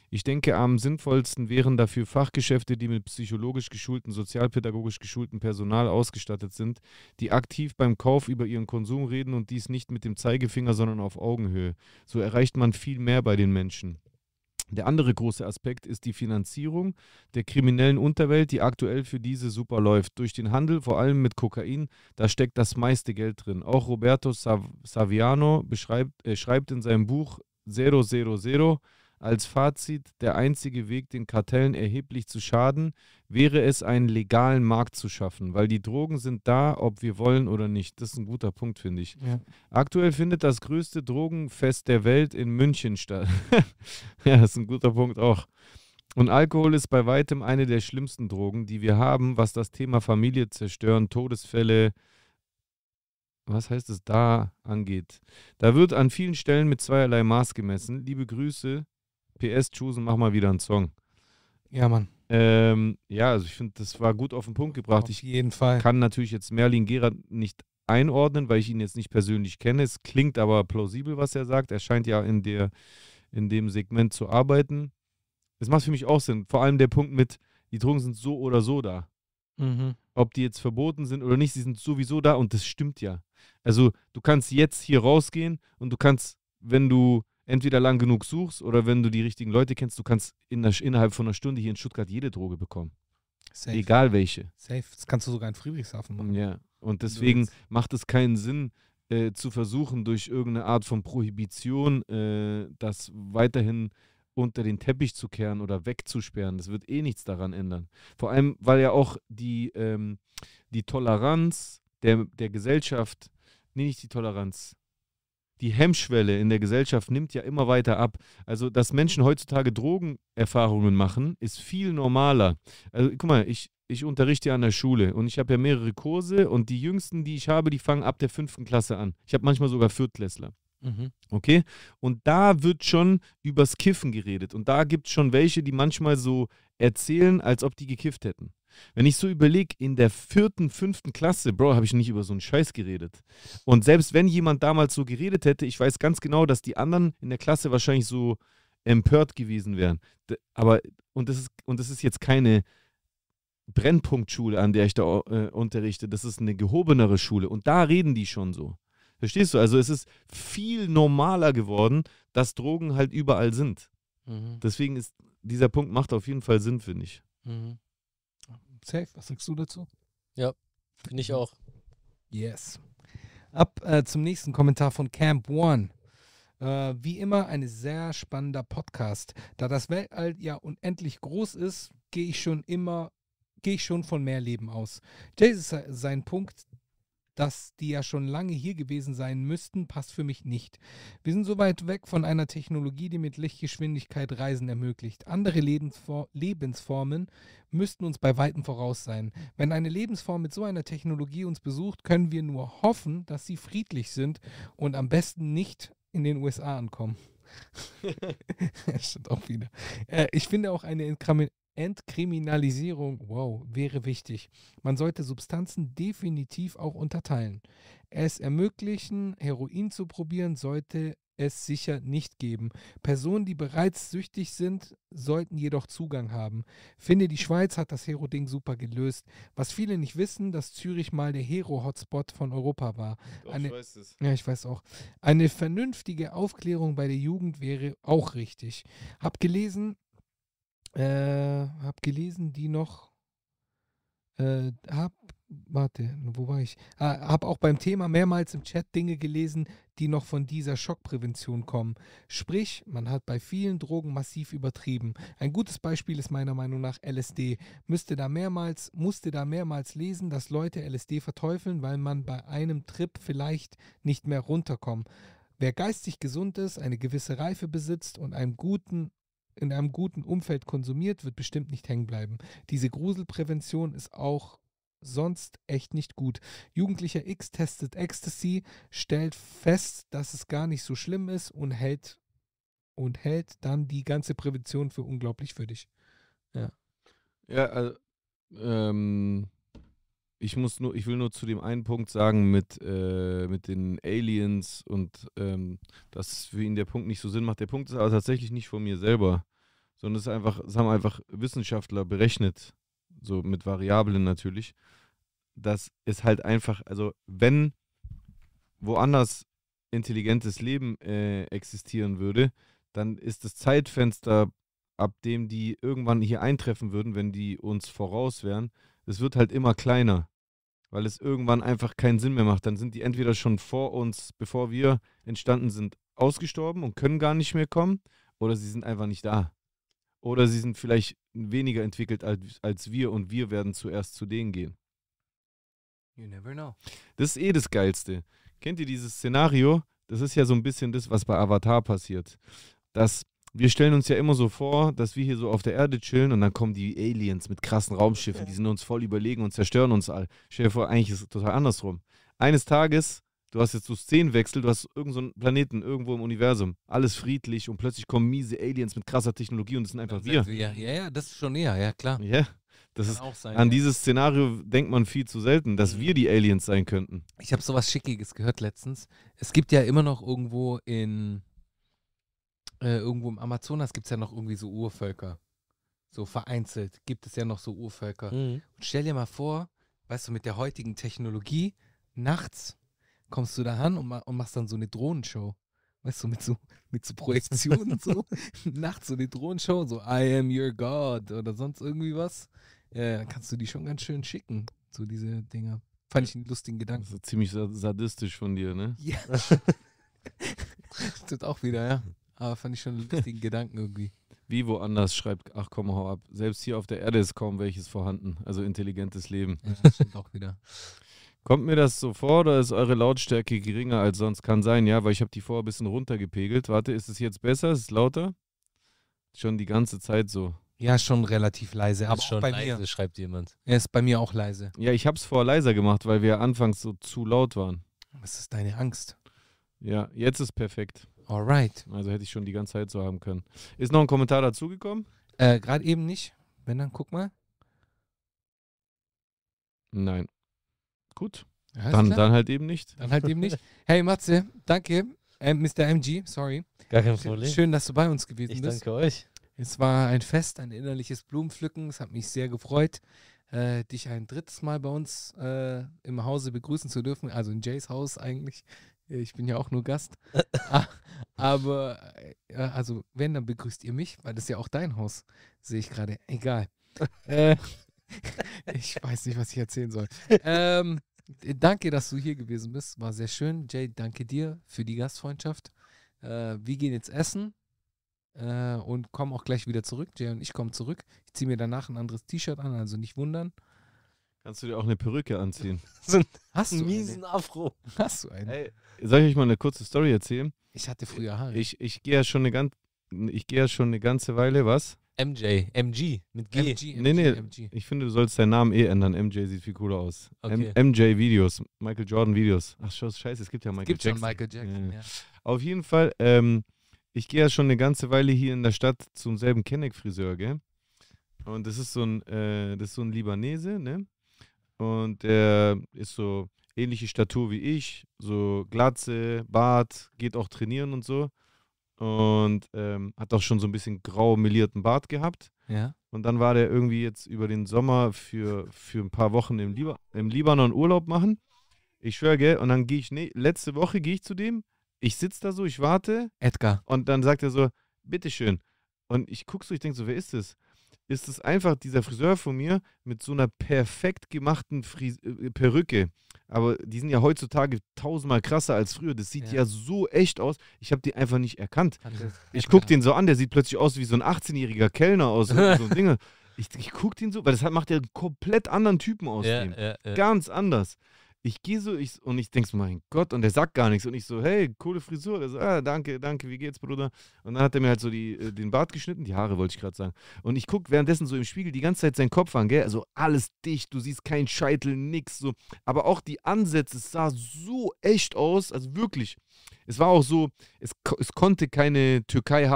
ich denke, am sinnvollsten wären dafür Fachgeschäfte, die mit psychologisch geschulten, sozialpädagogisch geschultem Personal ausgestattet sind, die aktiv beim Kauf über ihren Konsum reden und dies nicht mit dem Zeigefinger, sondern auf Augenhöhe. So erreicht man viel mehr bei den Menschen. Der andere große Aspekt ist die Finanzierung der kriminellen Unterwelt, die aktuell für diese super läuft. Durch den Handel, vor allem mit Kokain, da steckt das meiste Geld drin. Auch Roberto Sav Saviano beschreibt, äh, schreibt in seinem Buch 000 als Fazit, der einzige Weg, den Kartellen erheblich zu schaden, wäre es, einen legalen Markt zu schaffen, weil die Drogen sind da, ob wir wollen oder nicht. Das ist ein guter Punkt, finde ich. Ja. Aktuell findet das größte Drogenfest der Welt in München statt. ja, das ist ein guter Punkt auch. Und Alkohol ist bei weitem eine der schlimmsten Drogen, die wir haben, was das Thema Familie zerstören, Todesfälle, was heißt es da angeht. Da wird an vielen Stellen mit zweierlei Maß gemessen. Liebe Grüße, PS Chosen, mach mal wieder einen Song. Ja, Mann. Ähm, ja, also ich finde, das war gut auf den Punkt gebracht. Auf Ich jeden Fall. kann natürlich jetzt Merlin Gerard nicht einordnen, weil ich ihn jetzt nicht persönlich kenne. Es klingt aber plausibel, was er sagt. Er scheint ja in, der, in dem Segment zu arbeiten. Es macht für mich auch Sinn. Vor allem der Punkt mit, die Drogen sind so oder so da. Mhm. Ob die jetzt verboten sind oder nicht, sie sind sowieso da und das stimmt ja. Also du kannst jetzt hier rausgehen und du kannst, wenn du entweder lang genug suchst oder wenn du die richtigen Leute kennst, du kannst in der, innerhalb von einer Stunde hier in Stuttgart jede Droge bekommen. Safe. Egal welche. Safe. Das kannst du sogar in Friedrichshafen machen. Ja, und du deswegen willst. macht es keinen Sinn, äh, zu versuchen, durch irgendeine Art von Prohibition äh, das weiterhin unter den Teppich zu kehren oder wegzusperren. Das wird eh nichts daran ändern. Vor allem, weil ja auch die, ähm, die Toleranz der, der Gesellschaft, nee, nicht die Toleranz, die Hemmschwelle in der Gesellschaft nimmt ja immer weiter ab. Also, dass Menschen heutzutage Drogenerfahrungen machen, ist viel normaler. Also, guck mal, ich, ich unterrichte ja an der Schule und ich habe ja mehrere Kurse und die jüngsten, die ich habe, die fangen ab der fünften Klasse an. Ich habe manchmal sogar Viertklässler. Mhm. Okay? Und da wird schon übers Kiffen geredet. Und da gibt es schon welche, die manchmal so erzählen, als ob die gekifft hätten. Wenn ich so überlege, in der vierten, fünften Klasse, Bro, habe ich nicht über so einen Scheiß geredet. Und selbst wenn jemand damals so geredet hätte, ich weiß ganz genau, dass die anderen in der Klasse wahrscheinlich so empört gewesen wären. D- Aber, und das ist, und das ist jetzt keine Brennpunktschule, an der ich da äh, unterrichte. Das ist eine gehobenere Schule. Und da reden die schon so. Verstehst du? Also es ist viel normaler geworden, dass Drogen halt überall sind. Mhm. Deswegen ist dieser Punkt macht auf jeden Fall Sinn, finde ich. Mhm. Safe. Was sagst du dazu? Finde ich auch. Yes. Ab äh, zum nächsten Kommentar von Camp One. Äh, wie immer ein sehr spannender Podcast. Da das Weltall ja unendlich groß ist, gehe ich schon immer, gehe ich schon von mehr Leben aus. Jay ist se- sein Punkt, dass die ja schon lange hier gewesen sein müssten, passt für mich nicht. Wir sind so weit weg von einer Technologie, die mit Lichtgeschwindigkeit Reisen ermöglicht. Andere Lebensfor Lebensformen müssten uns bei weitem voraus sein. Wenn eine Lebensform mit so einer Technologie uns besucht, können wir nur hoffen, dass sie friedlich sind und am besten nicht in den USA ankommen. Stimmt auch wieder. Äh, ich finde auch eine Entkrim- Entkriminalisierung, wow, wäre wichtig. Man sollte Substanzen definitiv auch unterteilen. Es ermöglichen, Heroin zu probieren, sollte es sicher nicht geben. Personen, die bereits süchtig sind, sollten jedoch Zugang haben. Finde, die Schweiz hat das Hero-Ding super gelöst. Was viele nicht wissen, dass Zürich mal der Hero-Hotspot von Europa war. Eine- ich weiß es. Ja, ich weiß auch. Eine vernünftige Aufklärung bei der Jugend wäre auch richtig. Hab gelesen, äh, hab gelesen, die noch, äh, hab, warte, wo war ich? Ah, hab auch beim Thema mehrmals im Chat Dinge gelesen, die noch von dieser Schockprävention kommen. Sprich, man hat bei vielen Drogen massiv übertrieben. Ein gutes Beispiel ist meiner Meinung nach LSD. Müsste da mehrmals, musste da mehrmals lesen, dass Leute LSD verteufeln, weil man bei einem Trip vielleicht nicht mehr runterkommen. Wer geistig gesund ist, eine gewisse Reife besitzt und einem guten, in einem guten Umfeld konsumiert, wird bestimmt nicht hängen bleiben. Diese Gruselprävention ist auch sonst echt nicht gut. Jugendlicher X testet Ecstasy, stellt fest, dass es gar nicht so schlimm ist und hält und hält dann die ganze Prävention für unglaublich für dich. Ja, also, ähm, Ich muss nur, ich will nur zu dem einen Punkt sagen mit, äh, mit den Aliens und ähm, dass für ihn der Punkt nicht so Sinn macht. Der Punkt ist aber tatsächlich nicht von mir selber, sondern es ist einfach, es haben einfach Wissenschaftler berechnet, so mit Variablen natürlich, dass es halt einfach, also wenn woanders intelligentes Leben äh, existieren würde, dann ist das Zeitfenster, ab dem die irgendwann hier eintreffen würden, wenn die uns voraus wären, es wird halt immer kleiner, weil es irgendwann einfach keinen Sinn mehr macht. Dann sind die entweder schon vor uns, bevor wir entstanden sind, ausgestorben und können gar nicht mehr kommen, oder sie sind einfach nicht da. Oder sie sind vielleicht weniger entwickelt als, als wir und wir werden zuerst zu denen gehen. You never know. Das ist eh das Geilste. Kennt ihr dieses Szenario? Das ist ja so ein bisschen das, was bei Avatar passiert. Dass wir stellen uns ja immer so vor, dass wir hier so auf der Erde chillen und dann kommen die Aliens mit krassen Raumschiffen, die sind uns voll überlegen und zerstören uns all. Stell dir vor, eigentlich ist es total andersrum. Eines Tages, du hast jetzt so Szenenwechsel, du hast irgendeinen so einen Planeten irgendwo im Universum, alles friedlich und plötzlich kommen miese Aliens mit krasser Technologie und das sind einfach wir. Ja, ja, ja, das ist schon eher, ja klar. Ja, das ist auch sein. an ja. dieses Szenario denkt man viel zu selten, dass wir die Aliens sein könnten. Ich habe sowas Schickiges gehört letztens. Es gibt ja immer noch irgendwo in äh, irgendwo im Amazonas gibt es ja noch irgendwie so Urvölker. So vereinzelt gibt es ja noch so Urvölker. Mhm. Und stell dir mal vor, weißt du, mit der heutigen Technologie, nachts kommst du da an und, ma und machst dann so eine Drohnenshow. Weißt du, mit so, mit so Projektionen so. nachts so eine Drohnenshow, so I am your God oder sonst irgendwie was. Ja, dann kannst du die schon ganz schön schicken, so diese Dinger. Fand ich einen lustigen Gedanken. Das ist ziemlich sa- sadistisch von dir, ne? Ja. Tut auch wieder, ja. Aber fand ich schon einen lustigen Gedanken irgendwie. Wie woanders schreibt, ach komm, hau ab. Selbst hier auf der Erde ist kaum welches vorhanden, also intelligentes Leben. Ja, das stimmt auch wieder. Kommt mir das so vor oder ist eure Lautstärke geringer als sonst? Kann sein, ja, weil ich habe die vorher ein bisschen runtergepegelt. Warte, ist es jetzt besser? Ist es lauter? Schon die ganze Zeit so. Ja, schon relativ leise. Aber ist auch schon bei leise, mir. schreibt jemand. Er ist bei mir auch leise. Ja, ich habe es vorher leiser gemacht, weil wir anfangs so zu laut waren. Was ist deine Angst? Ja, jetzt ist perfekt. Alright. Also hätte ich schon die ganze Zeit so haben können. Ist noch ein Kommentar dazugekommen? Äh, Gerade eben nicht. Wenn dann, guck mal. Nein. Gut, Ja, dann, ist klar. dann halt eben nicht. dann halt eben nicht. Hey Matze, danke. Ähm, Mr. MG, sorry. Gar kein Problem. Schön, dass du bei uns gewesen Ich bist. danke euch. Es war ein Fest, ein innerliches Blumenpflücken. Es hat mich sehr gefreut, äh, dich ein drittes Mal bei uns äh, im Hause begrüßen zu dürfen. Also in Jays Haus eigentlich. Äh, Ich bin ja auch nur Gast. A- Aber, äh, also wenn, dann begrüßt ihr mich, weil das ist ja auch dein Haus, sehe ich gerade. Egal. äh, ich weiß nicht, was ich erzählen soll. Ähm, danke, dass du hier gewesen bist. War sehr schön. Jay, danke dir für die Gastfreundschaft. Äh, wir gehen jetzt essen äh, und komme auch gleich wieder zurück. Jay und ich kommen zurück. Ich ziehe mir danach ein anderes T-Shirt an, also nicht wundern. Kannst du dir auch eine Perücke anziehen? Hast du Miesen einen? Afro. Hast du einen? Ey, soll ich euch mal eine kurze Story erzählen? Ich hatte früher Haare. Ich, ich gehe ja schon eine ganz, ich gehe ja schon eine ganze Weile, was? MJ, MG mit G. MG, Nee, nee. MG. Ich finde, du sollst deinen Namen eh ändern. MJ sieht viel cooler aus. Okay. M MJ Videos, Michael Jordan Videos. Ach scho- scheiße, es gibt ja Michael Gibt schon Jackson. Michael Jackson, Ja. ja. Auf jeden Fall, ähm, ich gehe ja schon eine ganze Weile hier in der Stadt zum selben Kenneck-Friseur, gell? Und das ist so ein, äh, das ist so ein Libanese, ne? Und der ist so ähnliche Statur wie ich, so Glatze, Bart, geht auch trainieren und so. Und ähm, hat auch schon so ein bisschen grau melierten Bart gehabt. ja. Und dann war der irgendwie jetzt über den Sommer für, für ein paar Wochen im, Liba im Libanon Urlaub machen. Ich schwöre, gell? Und dann gehe ich, nee, letzte Woche gehe ich zu dem. Ich sitze da so, ich warte. Edgar. Und dann sagt er so, bitteschön. Und ich gucke so, ich denke so, wer ist das? Ist das einfach dieser Friseur von mir mit so einer perfekt gemachten Fris äh, Perücke? Aber die sind ja heutzutage tausendmal krasser als früher. Das sieht ja, Ja. so echt aus. Ich habe die einfach nicht erkannt. Hatte Ich Edgar. guck den so an, der sieht plötzlich aus wie so ein 18-jähriger Kellner aus oder so ein Dinge. Ich, ich guck den so, weil das hat- macht ja einen komplett anderen Typen aus Ja, dem. ja, ja. Ganz anders. Ich gehe so ich, und ich denk so, mein Gott, und der sagt gar nichts. Und ich so, hey, coole Frisur. Er so, ah, danke, danke, wie geht's, Bruder? Und dann hat er mir halt so die, äh, den Bart geschnitten, die Haare wollte ich gerade sagen. Und ich guck währenddessen so im Spiegel die ganze Zeit seinen Kopf an, gell? Also alles dicht, du siehst keinen Scheitel, nix. So. Aber auch die Ansätze, es sah so echt aus, also wirklich. Es war auch so, es, ko- es konnte keine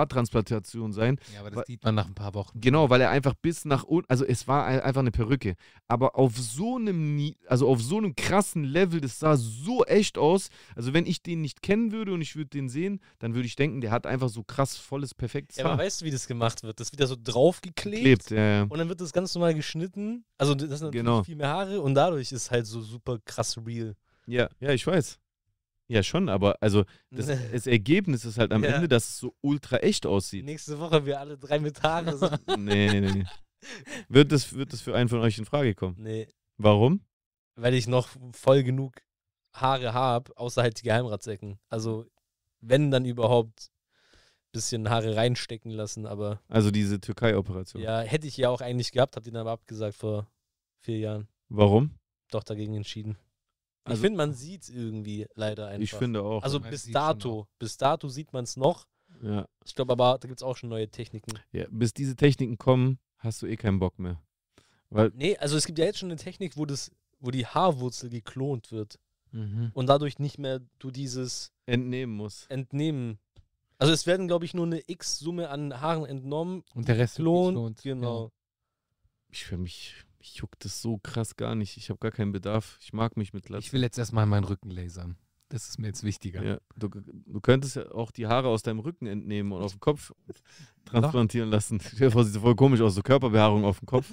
Türkei-Haartransplantation sein. Ja, aber Wa- das sieht man nach ein paar Wochen. Genau, weil er einfach bis nach unten, also es war ein- einfach eine Perücke. Aber auf so einem, Ni- also auf so einem krassen Level, das sah so echt aus. Also wenn ich den nicht kennen würde und ich würde den sehen, dann würde ich denken, der hat einfach so krass volles, perfektes Ja, aber Haar. weißt du, wie das gemacht wird? Das wird da so draufgeklebt. Klebt, ja, ja. Und dann wird das ganz normal geschnitten. Also das sind natürlich Genau. viel mehr Haare und dadurch ist halt so super krass real. ja, ja, ich weiß. Ja, schon, aber also das, das Ergebnis ist halt am Ja. Ende, dass es so ultra echt aussieht. Nächste Woche wir alle drei mit Haaren. So. Nee, nee, nee. Wird das, wird das für einen von euch in Frage kommen? nee, Warum? weil ich noch voll genug Haare habe, außer halt die Geheimratsecken. Also wenn dann überhaupt bisschen Haare reinstecken lassen, aber Also diese Türkei-Operation. ja, hätte ich ja auch eigentlich gehabt, hab den aber abgesagt vor vier Jahren. Warum? Doch dagegen entschieden. Also- ich finde, man sieht irgendwie leider einfach. Ich finde auch. Also Man bis sieht's schon dato, bis dato sieht man es noch. ja. Ich glaube aber, da gibt es auch schon neue Techniken. Ja, bis diese Techniken kommen, hast du eh keinen Bock mehr. Weil, Nee, also es gibt ja jetzt schon eine Technik, wo, das, wo die Haarwurzel geklont wird Mhm. und dadurch nicht mehr du dieses entnehmen muss. Entnehmen. Also es werden, glaube ich, nur eine X-Summe an Haaren entnommen, Und der Rest wird klont, geklont, genau. Ich für mich, mich juckt das so krass gar nicht. Ich habe gar keinen Bedarf. Ich mag mich mit Ja. Glatze. Ich will jetzt erstmal meinen Rücken lasern. Das ist mir jetzt wichtiger. ja, du, du könntest ja auch die Haare aus deinem Rücken entnehmen und auf den Kopf transplantieren lassen. Stell dir vor, sieht so voll komisch aus, so Körperbehaarung auf dem Kopf.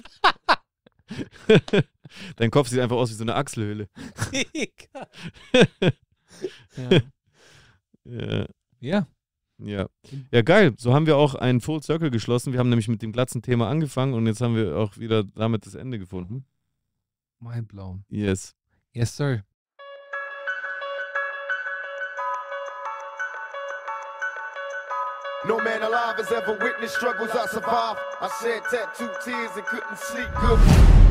Dein Kopf sieht einfach aus wie so eine Achselhöhle. Egal. Ja. Ja. ja. Ja. Mhm. ja, geil. So haben wir auch einen Full Circle geschlossen. Wir haben nämlich mit dem glatzen Thema angefangen und jetzt haben wir auch wieder damit das Ende gefunden. Mindblown. Yes. Yes, sir. No man alive has ever witnessed struggles I survived. I shed tattooed tears and couldn't sleep good.